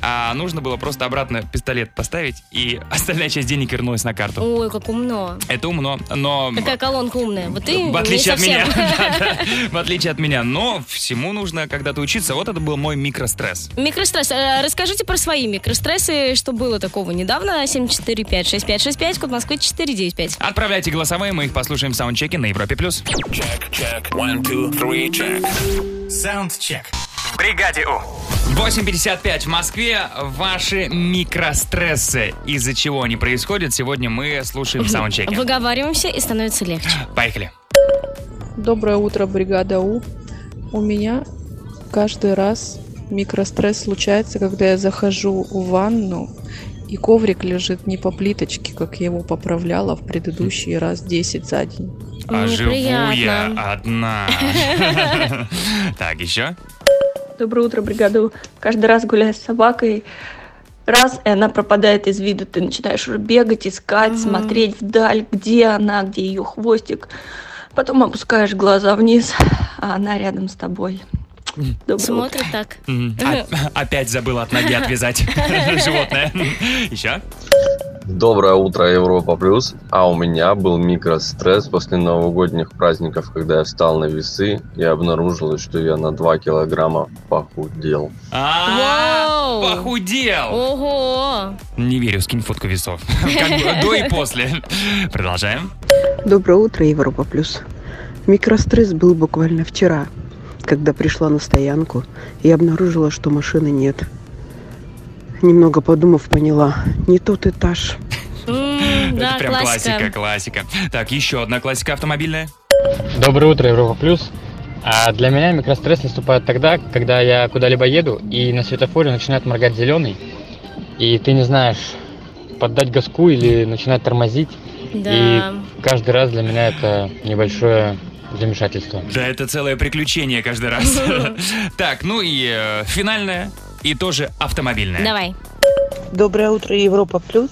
S2: А нужно было просто обратно пистолет поставить, и остальная часть денег вернулась на карту.
S3: Ой, как умно.
S2: Это умно, но...
S3: Такая колонка умная. Вот ты
S2: В отличие от
S3: не
S2: меня.
S3: совсем.
S2: Да, да. В отличие от меня. Но всему нужно когда-то учиться. Вот это был мой микростресс.
S3: Микростресс. Э, Расскажите про свои микрострессы, что было такого недавно. 745-6565, код Москвы 495.
S2: Отправляйте голосовые, мы их послушаем в саундчеке на Европе+. плюс.
S8: Саундчек. В бригаде У.
S2: 8.55 в Москве. Ваши микрострессы. Из-за чего они происходят, сегодня мы слушаем в саундчеке.
S3: Выговариваемся и становится легче.
S2: Поехали.
S18: Доброе утро, бригада У. У меня каждый раз микростресс случается, когда я захожу в ванну, и коврик лежит не по плиточке, как я его поправляла в предыдущий раз 10 за день.
S2: А живу я
S18: Неприятно.
S2: одна. Так, еще.
S19: Доброе утро, бригаду. Каждый раз гуляя с собакой, раз, и она пропадает из виду. Ты начинаешь уже бегать, искать, смотреть вдаль, где она, где ее хвостик. Потом опускаешь глаза вниз, а она рядом с тобой. Доброе
S3: Смотрит так.
S2: М, а- Опять забыл от ноги отвязать животное. Еще.
S20: Доброе утро, Европа Плюс. А у меня был микростресс после новогодних праздников, когда я встал на весы и обнаружилось, что я на 2 килограмма похудел.
S2: А, Похудел.
S3: Ого!
S2: Не верю, скинь фотку весов. Как бы До и после. Продолжаем.
S21: Доброе утро, Европа Плюс. Микростресс был буквально вчера, когда пришла на стоянку и обнаружила, что машины нет. Немного подумав, поняла, не тот этаж.
S2: Это
S3: Да,
S2: прям классика,
S3: классика.
S2: классика. Так, еще одна классика автомобильная.
S22: Доброе утро, Европа Плюс. А для меня микростресс наступает тогда, когда я куда-либо еду, и на светофоре начинает моргать зеленый, и ты не знаешь, поддать газку или начинать тормозить.
S3: Да.
S22: И каждый раз для меня это небольшое замешательство.
S2: Да, это целое приключение каждый раз. Так, ну и э, финальное, и тоже автомобильное.
S3: Давай.
S23: Доброе утро, Европа Плюс.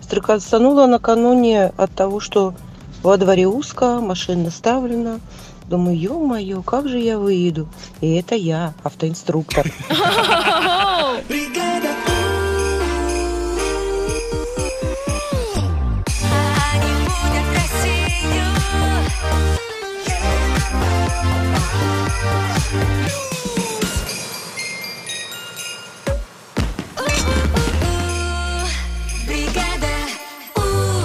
S4: Стрекотанула накануне от того, что во дворе узко, машина наставлена. Думаю, ё-моё, как же я выеду? И это я, автоинструктор.
S5: uh! é Uh, uh, uh! Бригада. uh!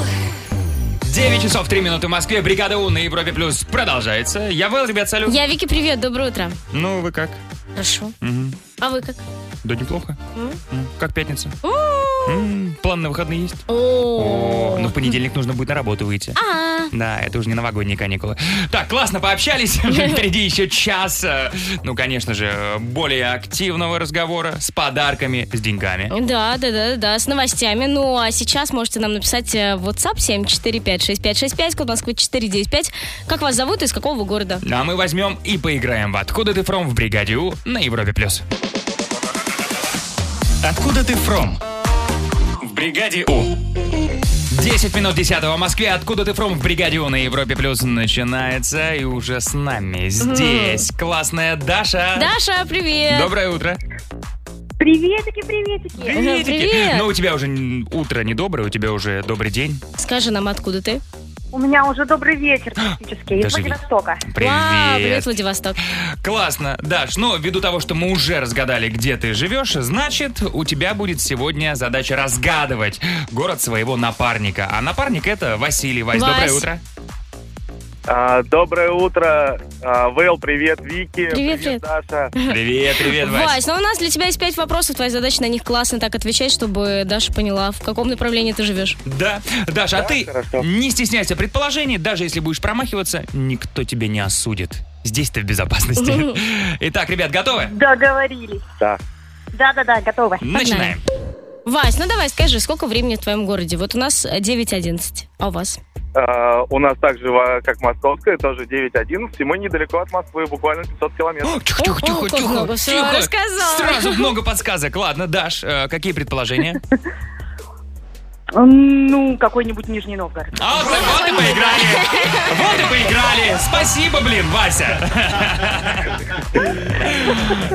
S2: 9 часов 3 минуты в Москве. Бригада У на Европе Плюс продолжается. Я Вэл, ребят, салют.
S3: Я Вики, привет, доброе утро.
S2: Ну, вы как?
S3: Хорошо.
S2: Мгм.
S3: А вы как?
S2: Да неплохо.
S3: М?
S2: М, Как пятница?
S3: У-у-у.
S2: М, План на выходные есть?
S3: О.
S2: О, ну в понедельник нужно будет на работу выйти.
S3: А.
S2: Да, это уже не новогодние каникулы. Так, классно пообщались. Впереди еще час, э, ну, конечно же, э, более активного разговора с подарками, с деньгами.
S3: Да, да, да, да, с новостями. Ну, а сейчас можете нам написать э, в WhatsApp 7456565, код Москвы 495. Как вас зовут и из какого вы города?
S2: А мы возьмем и поиграем в «Откуда ты фром» в «Бригаде У» на Европе+. плюс. «Откуда ты фром» в «Бригаде У». 10 минут 10 в Москве. Откуда ты фром в бригаде У на Европе плюс начинается и уже с нами здесь классная Даша.
S3: Даша, привет!
S2: Доброе утро.
S16: Приветики, приветики.
S3: Привет!
S2: Ну у тебя уже н- утро не доброе, у тебя уже добрый день.
S3: Скажи нам, откуда ты?
S16: У меня уже добрый вечер практически из
S2: Даже ви-
S16: Владивостока.
S2: Привет.
S3: Вау, привет, Владивосток.
S2: Классно, Даш. Но ввиду того, что мы уже разгадали, где ты живешь, значит, у тебя будет сегодня задача разгадывать город своего напарника. А напарник это Василий. Вась,
S3: Вась.
S2: доброе утро.
S7: А, доброе утро, а, Вэл, привет, Вики,
S3: Привет, привет.
S7: Даша.
S2: Привет, привет,
S3: Вась, ну у нас для тебя есть пять вопросов, твоя задача на них классно так отвечать, чтобы Даша поняла, в каком направлении ты живешь.
S2: Да. Даша, а ты не стесняйся предположений, даже если будешь промахиваться, никто тебя не осудит. Здесь ты в безопасности. Итак, ребят, готовы?
S16: Договорились.
S7: Да.
S16: Да-да-да, готовы.
S2: Начинаем.
S3: Вась, ну давай скажи, сколько времени в твоем городе? Вот у нас э, 9.11, а у вас?
S7: А, у нас также, во- как московская, тоже 9.11, и мы недалеко от Москвы, буквально 500 километров.
S2: Тихо, тихо,
S3: как
S2: тихо,
S3: много всего
S2: тихо.
S3: рассказала.
S2: Сразу много подсказок. Ладно, Даш, э, какие предположения?
S16: Ну, какой-нибудь Нижний Новгород.
S2: А вот, так вот и поиграли. Вот и поиграли. Спасибо, блин, Вася.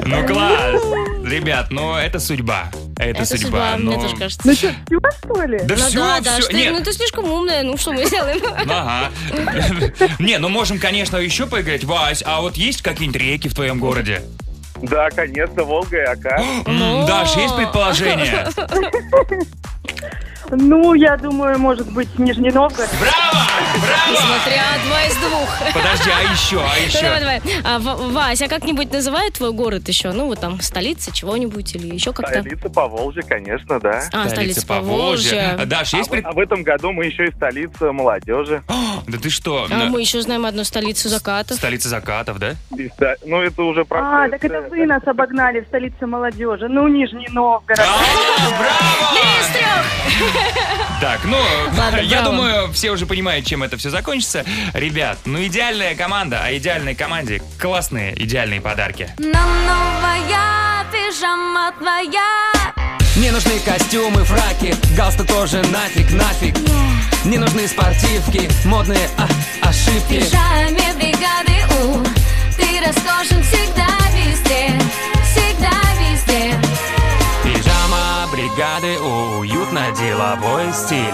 S2: Ну класс. Ребят, ну это судьба. Это, судьба.
S3: мне
S2: но-
S3: тоже кажется.
S16: Ну что, что ли?
S2: Да
S3: ну
S2: всё,
S3: да, Даш,
S2: всё.
S3: ты-
S2: Нет.
S3: ну ты слишком умная, ну что мы сделаем?
S2: Ага. Не, ну можем, конечно, еще поиграть. Вась, а вот есть какие-нибудь реки в твоем городе?
S7: Да, конечно, Волга и Ака.
S3: Ну.
S2: М, Даш, есть предположение?
S16: Ну, я думаю, может быть, Нижний Новгород.
S3: Смотря два из двух.
S2: Подожди, а еще, а
S3: Ну, давай,
S2: еще?
S3: давай. А, Ва- Вась, а как-нибудь называют твой город еще? Ну, вот там, столица чего-нибудь или еще как-то?
S7: Столица Поволжья, конечно, да.
S3: А, столица Поволжья.
S2: А, Даш, есть
S7: А в- а в этом году мы еще и столица молодежи.
S2: Да ты что?
S3: А мы еще знаем одну столицу закатов.
S2: Столица закатов, да?
S7: И ста- Ну, это уже про...
S16: А, так это вы нас обогнали в столице молодежи. Ну, Нижний Новгород.
S2: Так, ну,
S16: Ладно,
S2: я
S16: браво.
S2: думаю, все уже понимают, чем это все закончится. Ребят, ну идеальная команда, а идеальной команде классные идеальные подарки.
S6: Нам новая пижама твоя.
S14: Не нужны костюмы, фраки, галстук тоже нафиг, нафиг. Не нужны спортивки, модные а,
S6: В
S14: ошибки.
S6: пижаме бригады У. Ты роскошен всегда везде, всегда везде.
S2: Пижама бригады У, уютно деловой стиль.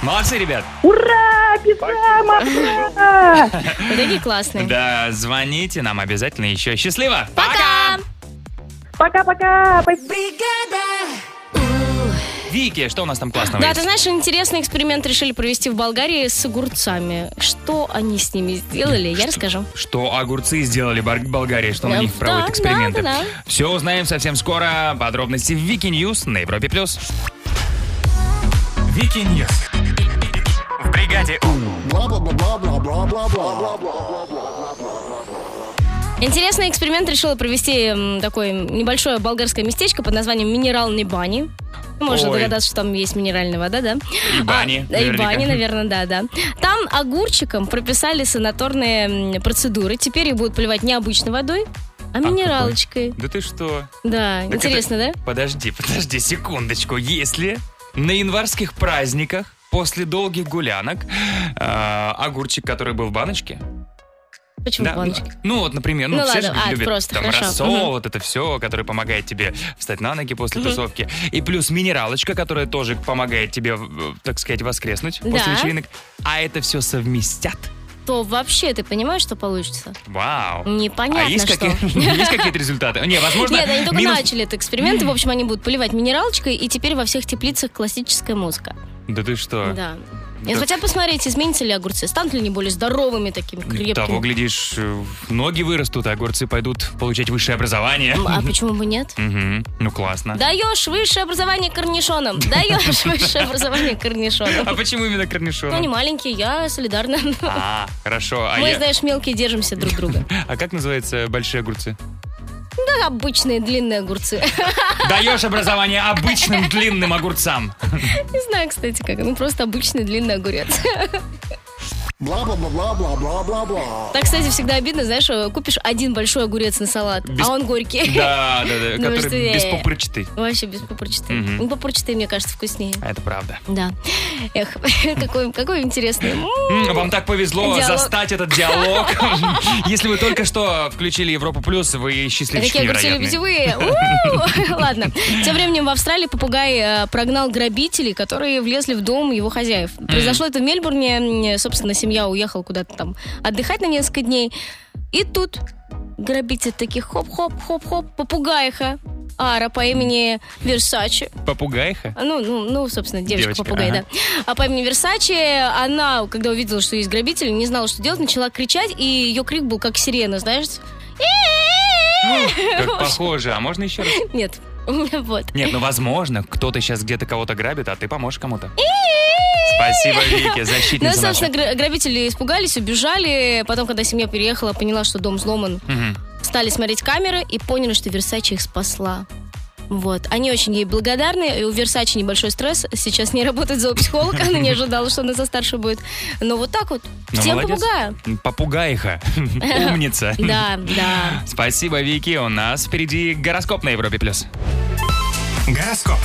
S2: Молодцы, ребят.
S16: Ура, пижама! ура!
S3: Вот такие классные.
S2: Да, звоните нам обязательно еще. Счастливо!
S3: Пока!
S16: Пока-пока!
S2: Вики, что у нас там классного
S3: Да,
S2: есть?
S3: ты знаешь, интересный эксперимент решили провести в Болгарии с огурцами. Что они с ними сделали, я расскажу.
S2: Что огурцы сделали Бар- Болгарии, что на
S3: Да,
S2: них проводят
S3: да,
S2: эксперименты.
S3: да, да.
S2: Все узнаем совсем скоро. Подробности в Вики Ньюс на Европе+. плюс. Вики Ньюс. В бригаде
S3: Интересный эксперимент решила провести м, такое небольшое болгарское местечко под названием Минеральной бани. Можно
S2: Ой.
S3: догадаться, что там есть минеральная вода, да?
S2: И бани,
S3: А, Да, и
S2: наверняка.
S3: бани, наверное, да, да. Там огурчикам прописали санаторные м, процедуры. Теперь их будут поливать не обычной водой, а минералочкой.
S2: Да ты что?
S3: Да,
S2: Так
S3: интересно,
S2: это-
S3: да?
S2: Подожди, подожди, секундочку. Если на январских праздниках после долгих гулянок э, огурчик, который был в баночке,
S3: Почему
S2: да,
S3: в баночке?
S2: Ну, ну вот, например, ну,
S3: Ну
S2: все
S3: ладно,
S2: же
S3: а,
S2: любят
S3: просто,
S2: там
S3: хорошо,
S2: рассол,
S3: мгм.
S2: вот это все, которое помогает тебе встать на ноги после
S3: Мгм.
S2: тусовки. И плюс минералочка, которая тоже помогает тебе, в- в, так сказать, воскреснуть
S3: Да.
S2: после вечеринок. А это все совместят.
S3: То вообще ты понимаешь, что получится?
S2: Вау.
S3: Непонятно,
S2: а есть,
S3: что.
S2: какие- есть какие-то результаты? Не, возможно,
S3: Нет, они только
S2: минус-
S3: начали этот эксперимент, и, в общем, они будут поливать минералочкой, и теперь во всех теплицах классическая музыка.
S2: Да ты что?
S3: Да.
S2: А. Да
S3: И хотят посмотреть, изменятся ли огурцы, станут ли они более здоровыми такими, крепкими.
S2: Того, глядишь, э, ноги вырастут, а огурцы пойдут получать высшее образование.
S3: М, А почему бы нет?
S2: Мгм. Ну, классно.
S3: Даешь высшее образование корнишонам. Даешь высшее образование
S2: А
S3: корнишонам.
S2: почему именно корнишоны?
S3: Ну, они маленькие, я солидарна.
S2: А, хорошо. А,
S3: Мы,
S2: я-
S3: знаешь, мелкие держимся друг друга.
S2: а как называются большие огурцы?
S3: Да, обычные длинные огурцы.
S2: Даешь образование обычным длинным огурцам.
S3: Не знаю, кстати, как. Ну, просто обычный длинный огурец.
S1: Бла-бла-бла-бла-бла-бла-бла-бла.
S3: Так, кстати, всегда обидно, знаешь, э, купишь один большой огурец на салат,
S2: Без-
S3: а он горький.
S2: Да, да, да,
S3: Потому что,
S2: который
S3: э,
S2: беспупырчатый.
S3: Вообще без пупырчатый.
S2: Мгм.
S3: Ну, пупырчатый, мне кажется, вкуснее.
S2: А Это правда.
S3: Да. Эх, какой, какой интересный.
S2: М, Вам так повезло
S3: Диалог.
S2: застать этот диалог. Если вы только что включили Европу Плюс, вы счастливчики
S3: Какие огурцы любите
S2: невероятные.
S3: вы? У-у-у. Ладно. Тем временем в Австралии попугай э, прогнал грабителей, которые влезли в дом его хозяев. Произошло это в Мельбурне. М, Собственно, семья уехала куда-то там отдыхать на несколько дней. И тут грабитель таких хоп-хоп-хоп-хоп, попугаиха. Ара по имени Версачи.
S2: Попугайха?
S3: Ну, ну, ну, собственно, девочка-попугай,
S2: Девочка,
S3: да. А по имени Версачи, она, когда увидела, что есть грабитель, не знала, что делать, начала кричать, и ее крик был как сирена, знаешь?
S2: Как
S3: В общем,
S2: похоже. А можно еще раз?
S3: Нет, вот.
S2: Нет, ну возможно, кто-то сейчас где-то кого-то грабит, а ты поможешь кому-то. Спасибо, Вики,
S3: Ну, и,
S2: защитница наша.
S3: собственно, гра- грабители испугались, убежали. Потом, когда семья переехала, поняла, что дом взломан,
S2: Мгм.
S3: стали смотреть камеры и поняли, что Версачи их спасла. Вот. Они очень ей благодарны. И у Версачи небольшой стресс. Сейчас не работает зоопсихолог. Она не ожидала, что она за старшую будет. Но вот так вот.
S2: Ну,
S3: Всем
S2: молодец.
S3: попугая.
S2: Попугайха. Умница.
S3: Да, да.
S2: Спасибо, Вики. У нас впереди гороскоп на Европе плюс. Гороскоп.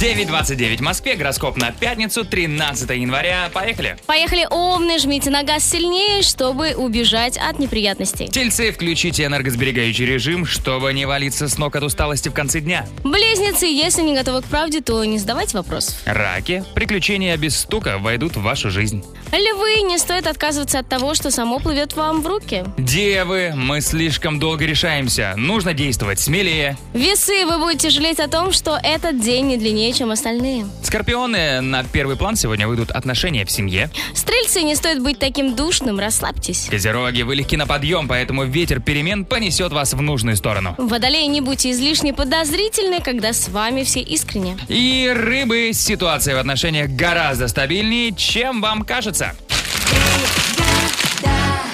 S2: 9.29 в Москве. Гороскоп на пятницу, 13 января. Поехали.
S3: Поехали, умные, жмите на газ сильнее, чтобы убежать от неприятностей.
S2: Тельцы, включите энергосберегающий режим, чтобы не валиться с ног от усталости в конце дня.
S3: Близнецы, если не готовы к правде, то не задавайте вопросов.
S2: Раки, приключения без стука войдут в вашу жизнь.
S3: Львы, не стоит отказываться от того, что само плывет вам в руки.
S2: Девы, мы слишком долго решаемся. Нужно действовать смелее.
S3: Весы, вы будете жалеть о том, что этот день не длиннее, чем остальные.
S2: Скорпионы, на первый план сегодня выйдут отношения в семье.
S3: Стрельцы, не стоит быть таким душным, расслабьтесь.
S2: Козероги, вы легки на подъем, поэтому ветер перемен понесет вас в нужную сторону.
S3: Водолеи, не будьте излишне подозрительны, когда с вами все искренне.
S2: И рыбы, ситуация в отношениях гораздо стабильнее, чем вам кажется.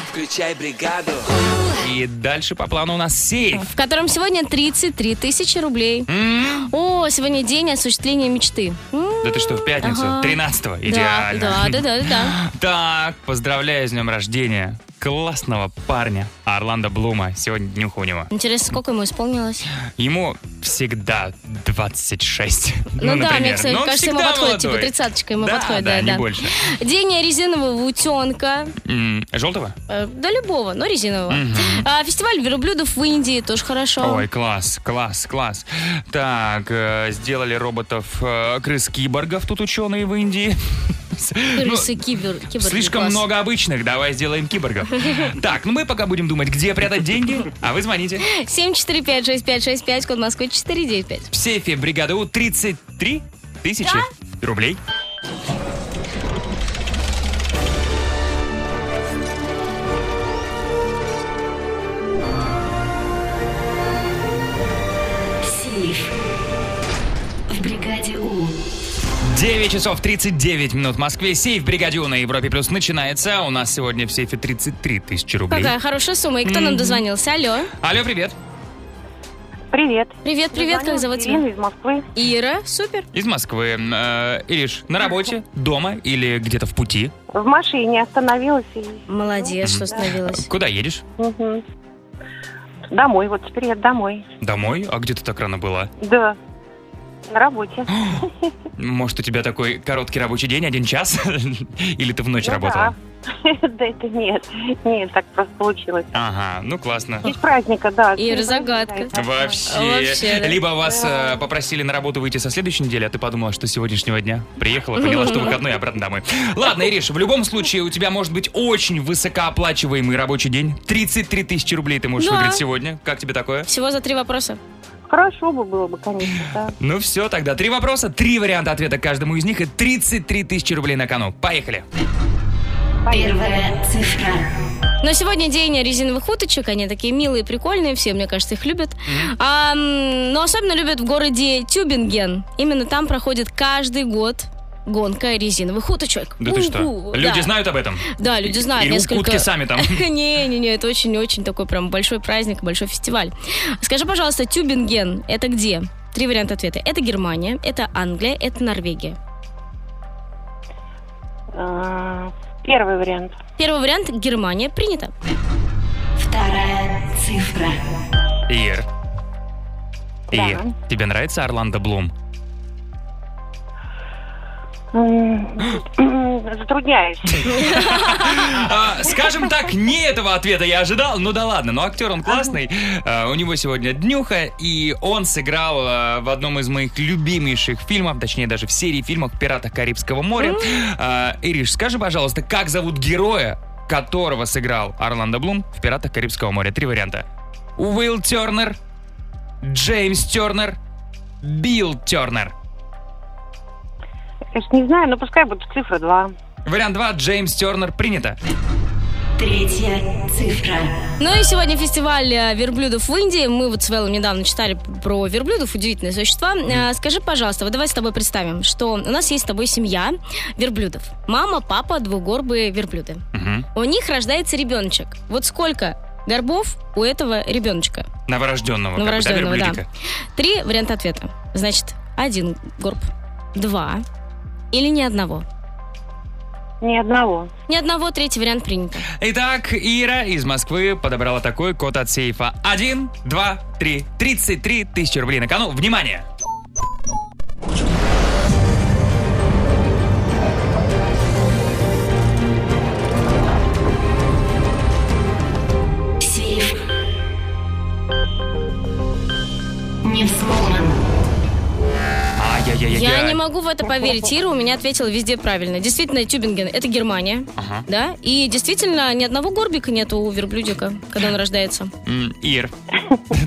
S14: Включай бригаду.
S2: И дальше по плану у нас сейф.
S3: В котором сегодня 33 тысячи рублей. О, сегодня день осуществления мечты. М,
S2: Да ты что, в пятницу,
S3: Ага.
S2: 13-го,
S3: Да,
S2: идеально.
S3: Да, да, да, да.
S2: Так, поздравляю с днем рождения классного парня Орландо Блума. Сегодня днюха у него.
S3: Интересно, сколько ему исполнилось?
S2: Ему всегда 26.
S3: Ну, да, мне,
S2: например.
S3: кстати,
S2: Но он
S3: кажется, ему
S2: всегда
S3: подходит, типа,
S2: молодой.
S3: тридцаточка ему
S2: да,
S3: подходит,
S2: да,
S3: да,
S2: не
S3: да.
S2: больше.
S3: День резинового утенка.
S2: М, Желтого?
S3: Э, Да любого, но резинового.
S2: Мгм.
S3: А, фестиваль верблюдов в Индии тоже хорошо.
S2: Ой, класс, класс, класс. Так, э, сделали роботов э, крыс-киборгов тут ученые в Индии. Ну,
S3: Крысы, кибер, киборги,
S2: Слишком
S3: класс.
S2: много обычных, давай сделаем киборгов. Так, ну мы пока будем думать, где прятать деньги, а вы звоните.
S3: 7456565, код Москвы 495.
S2: В сейфе бригады У 33 тысячи рублей.
S11: Сейф. В бригаде У.
S2: 9 часов 39 минут в Москве. Сейф бригаде У на Европе Плюс начинается. У нас сегодня в сейфе 33 тысячи рублей.
S3: Какая хорошая сумма. И кто
S2: Мгм.
S3: нам дозвонился? Алло.
S2: Алло, привет.
S3: Привет. Привет, привет. Как зовут тебя?
S23: Ирина из Москвы.
S3: Ира, супер.
S2: Из Москвы. Э, Ириш, на работе, дома или где-то в пути?
S23: В машине остановилась. И...
S3: Молодец,
S2: что
S23: остановилась.
S2: Куда едешь?
S1: Домой, вот теперь я домой.
S2: Домой? А где ты так рано была?
S1: Да. На работе.
S2: А, Может, у тебя такой короткий рабочий день, один час? Или ты в
S10: Ну
S2: ночь
S1: Ну
S2: работала?
S1: Да. Да это нет. Нет, так просто получилось.
S2: Ага, ну классно.
S1: Без праздника, да.
S3: Ира, загадка.
S2: Вообще.
S3: Вообще, да.
S2: Либо вас э, попросили на работу выйти со следующей недели, а ты подумала, что с сегодняшнего дня приехала, поняла, что выходной и обратно домой. Ладно, Ириш, в любом случае у тебя может быть очень высокооплачиваемый рабочий день. 33 тысячи рублей ты можешь
S3: Да.
S2: выиграть сегодня. Как тебе такое?
S3: Всего за три вопроса.
S1: Хорошо бы было бы, конечно, да.
S2: Ну все, тогда три вопроса, три варианта ответа к каждому из них и 33 тысячи рублей на кону. Поехали.
S11: Первая цифра.
S3: Но сегодня день резиновых уточек, они такие милые, прикольные, все, мне кажется, их любят. А, м, но особенно любят в городе Тюбинген. Именно там проходит каждый год гонка резиновых уточек.
S2: Да ты что?
S3: У-ху,
S2: Люди
S3: да.
S2: знают об этом?
S3: Да, люди знают
S2: Или
S3: несколько.
S2: утки сами там?
S3: Не-не-не, это очень-очень такой прям большой праздник, большой фестиваль. Скажи, пожалуйста, Тюбинген это где? Три варианта ответа. Это Германия, это Англия, это Норвегия.
S1: А, Первый вариант.
S3: Первый вариант Германия принято.
S11: Вторая цифра.
S2: Ир.
S1: Да.
S2: Ир, тебе нравится Орландо Блум?
S1: М, Затрудняюсь.
S2: А, скажем так, не этого ответа я ожидал. Ну да ладно, но актер он классный. А, у него сегодня днюха, и он сыграл а, в одном из моих любимейших фильмов, точнее даже в серии фильмов «Пиратах Карибского моря». А, Ириш, скажи, пожалуйста, как зовут героя, которого сыграл Орландо Блум в «Пиратах Карибского моря»? Три варианта. Уилл Тернер, Джеймс Тернер, Билл Тернер.
S1: Конечно, не знаю, но пускай будет цифра 2.
S2: Вариант 2. Джеймс Тернер. Принято.
S11: Третья цифра.
S3: Ну и сегодня фестиваль э, верблюдов в Индии. Мы вот с Вэллом недавно читали про верблюдов, удивительные существа. Э, Скажи, пожалуйста, вот давай с тобой представим, что у нас есть с тобой семья верблюдов. Мама, папа, двугорбые верблюды. У них рождается ребеночек. Вот сколько горбов у этого ребеночка?
S2: Новорожденного. как бы, да,
S3: Новорожденного, да.
S2: верблюдика?
S3: Три варианта ответа. Значит, один горб, два или ни одного?
S1: Ни одного.
S3: Ни одного, третий вариант принято.
S2: Итак, Ира из Москвы подобрала такой код от сейфа. 1, 2, 3, 33 тысячи рублей на кону. Внимание!
S11: Сейф. Не взломан.
S2: Ай-яй-яй-яй.
S3: Я не могу в это поверить. Ира у меня ответила везде правильно. Действительно, Тюбинген — это Германия.
S2: Ага.
S3: Да? И действительно, ни одного горбика нету у верблюдика, когда он рождается.
S2: М, Ир,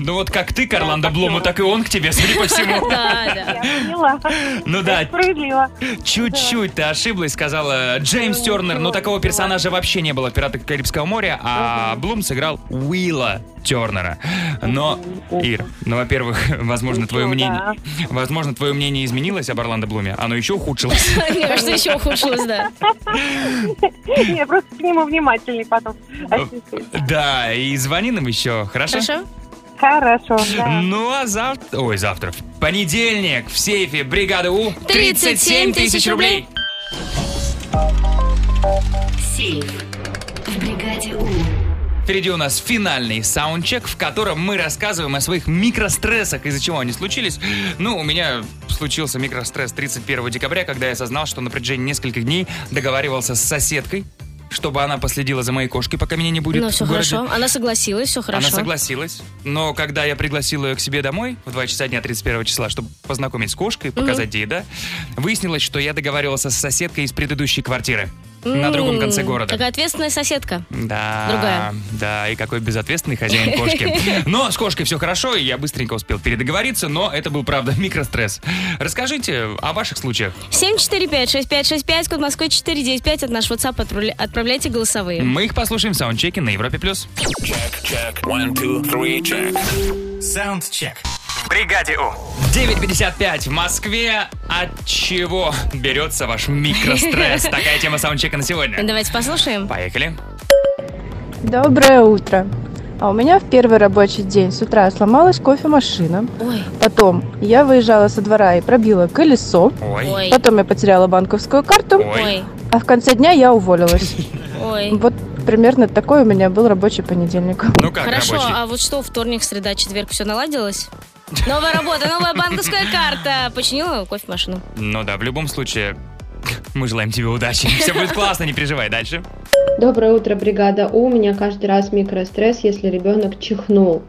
S2: ну вот как ты к Орландо Блуму, так и он к тебе, судя по всему.
S3: Да, да.
S1: Поняла.
S2: Ну да,
S1: Справедливо.
S2: чуть-чуть ты ошиблась, сказала Джеймс Тернер, но такого персонажа вообще не было в «Пиратах Карибского моря», а Блум сыграл Уилла Тернера. Но, Ир, ну, во-первых, возможно, твое мнение... Возможно, твое мнение изменилось об Орландо Блуме, оно еще ухудшилось.
S3: Мне кажется, еще ухудшилось, да.
S1: Я просто к нему внимательней потом.
S2: Ну, Да, и звони нам еще, хорошо?
S1: Хорошо, да.
S2: Ну а завтра... Ой, завтра. В понедельник в сейфе бригады У
S11: 37 тысяч рублей. Сейф. В бригаде У.
S2: Впереди у нас финальный саундчек, в котором мы рассказываем о своих микрострессах, из-за чего они случились. Ну, у меня случился микростресс 31 декабря, когда я осознал, что на протяжении нескольких дней договаривался с соседкой, чтобы она последила за моей кошкой, пока меня не будет
S3: Ну,
S2: в
S3: все
S2: городе.
S3: хорошо. Она согласилась, все хорошо.
S2: Она согласилась, но когда я пригласил ее к себе домой в 2 часа дня 31 числа, чтобы познакомить с кошкой, показать ей, да, выяснилось, что я договаривался с соседкой из предыдущей квартиры на
S3: М,
S2: другом конце города.
S3: Такая ответственная соседка.
S2: Да.
S3: Другая.
S2: Да, и какой безответственный хозяин кошки. Но с кошкой все хорошо, и я быстренько успел передоговориться, но это был, правда, микростресс. Расскажите о ваших случаях.
S3: 745-6565, код Москвы 495 от нашего WhatsApp отправля- отправляйте голосовые.
S2: Мы их послушаем в саундчеке на Европе+. плюс.
S8: Чек, one, two, three, check. Саундчек. В бригаде У.
S2: 9.55 в Москве. От чего берется ваш микростресс? Такая тема саундчека на сегодня.
S3: Давайте послушаем.
S2: Поехали.
S12: Доброе утро. А у меня в первый рабочий день с утра сломалась кофемашина.
S3: Ой.
S12: Потом я выезжала со двора и пробила колесо.
S2: Ой.
S12: Ой. Потом я потеряла банковскую карту.
S3: Ой.
S12: А в конце дня я уволилась.
S3: Ой.
S12: Вот примерно такой у меня был рабочий понедельник.
S2: Ну как
S3: Хорошо,
S2: рабочий?
S3: а вот что, вторник, среда, четверг, все наладилось? Новая работа, новая банковская карта. Починила кофемашину.
S2: Ну да, в любом случае, мы желаем тебе удачи. Все будет классно, не переживай. Дальше.
S10: Доброе утро, бригада У. У меня каждый раз микростресс, если ребенок чихнул.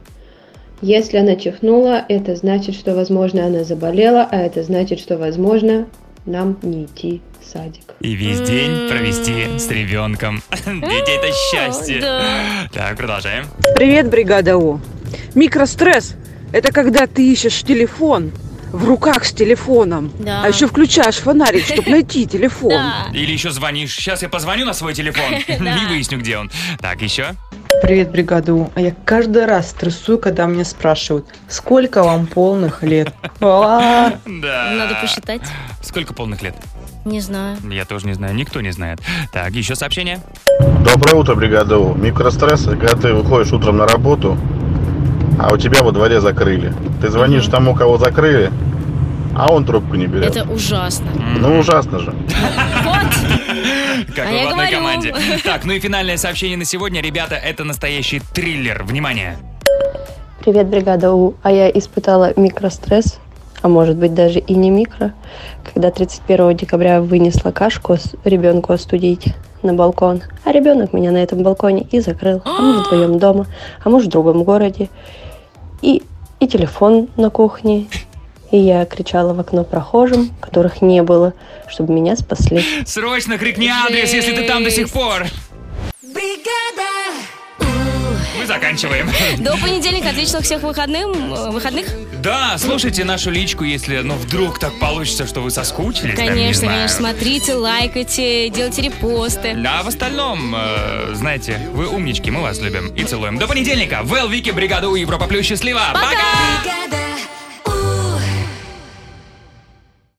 S10: Если она чихнула, это значит, что, возможно, она заболела, а это значит, что, возможно, нам не идти в садик.
S2: И весь день провести с ребенком. Дети это счастье. Так, продолжаем.
S13: Привет, бригада У. Микростресс – это когда ты ищешь телефон в руках с телефоном,
S3: Да.
S13: а еще включаешь фонарик, чтобы найти телефон.
S2: Или еще звонишь. Сейчас я позвоню на свой телефон и выясню, где он. Так, еще.
S23: Привет, бригаду. А я каждый раз стрессую, когда меня спрашивают, сколько вам полных лет. А,
S2: Да.
S3: Надо посчитать.
S2: Сколько полных лет?
S3: Не знаю.
S2: Я тоже не знаю, никто не знает. Так, еще сообщение.
S24: Доброе утро, бригада У. Микростресс, это когда ты выходишь утром на работу, а у тебя во дворе закрыли. Ты звонишь тому, кого закрыли, а он трубку не берет.
S3: Это ужасно.
S24: Ну, ужасно же.
S2: Как
S3: А
S2: вы
S3: я
S2: в одной
S3: говорю.
S2: команде. Так, ну и финальное сообщение на сегодня. Ребята, это настоящий триллер. Внимание.
S10: Привет, бригада У. А я испытала микростресс, а может быть даже и не микро, когда 31 декабря вынесла кашку с ребенку остудить на балкон. А ребенок меня на этом балконе и закрыл. А мы вдвоем дома, а мы в другом городе. И, и телефон на кухне. И я кричала в окно прохожим, которых не было, чтобы меня спасли.
S2: Срочно крикни адрес, если ты там до сих пор. Мы заканчиваем.
S3: До понедельника отличных всех выходным, э, выходных.
S2: Да, слушайте нашу личку, если ну вдруг так получится, что вы соскучились. там, не
S3: Конечно,
S2: знаю.
S3: конечно. Смотрите, лайкайте, делайте репосты.
S2: А в остальном, э, знаете, вы умнички, мы вас любим и целуем. До понедельника. Вел Вики, бригаду Европа Плюс. Счастливо. Пока!
S5: Brigada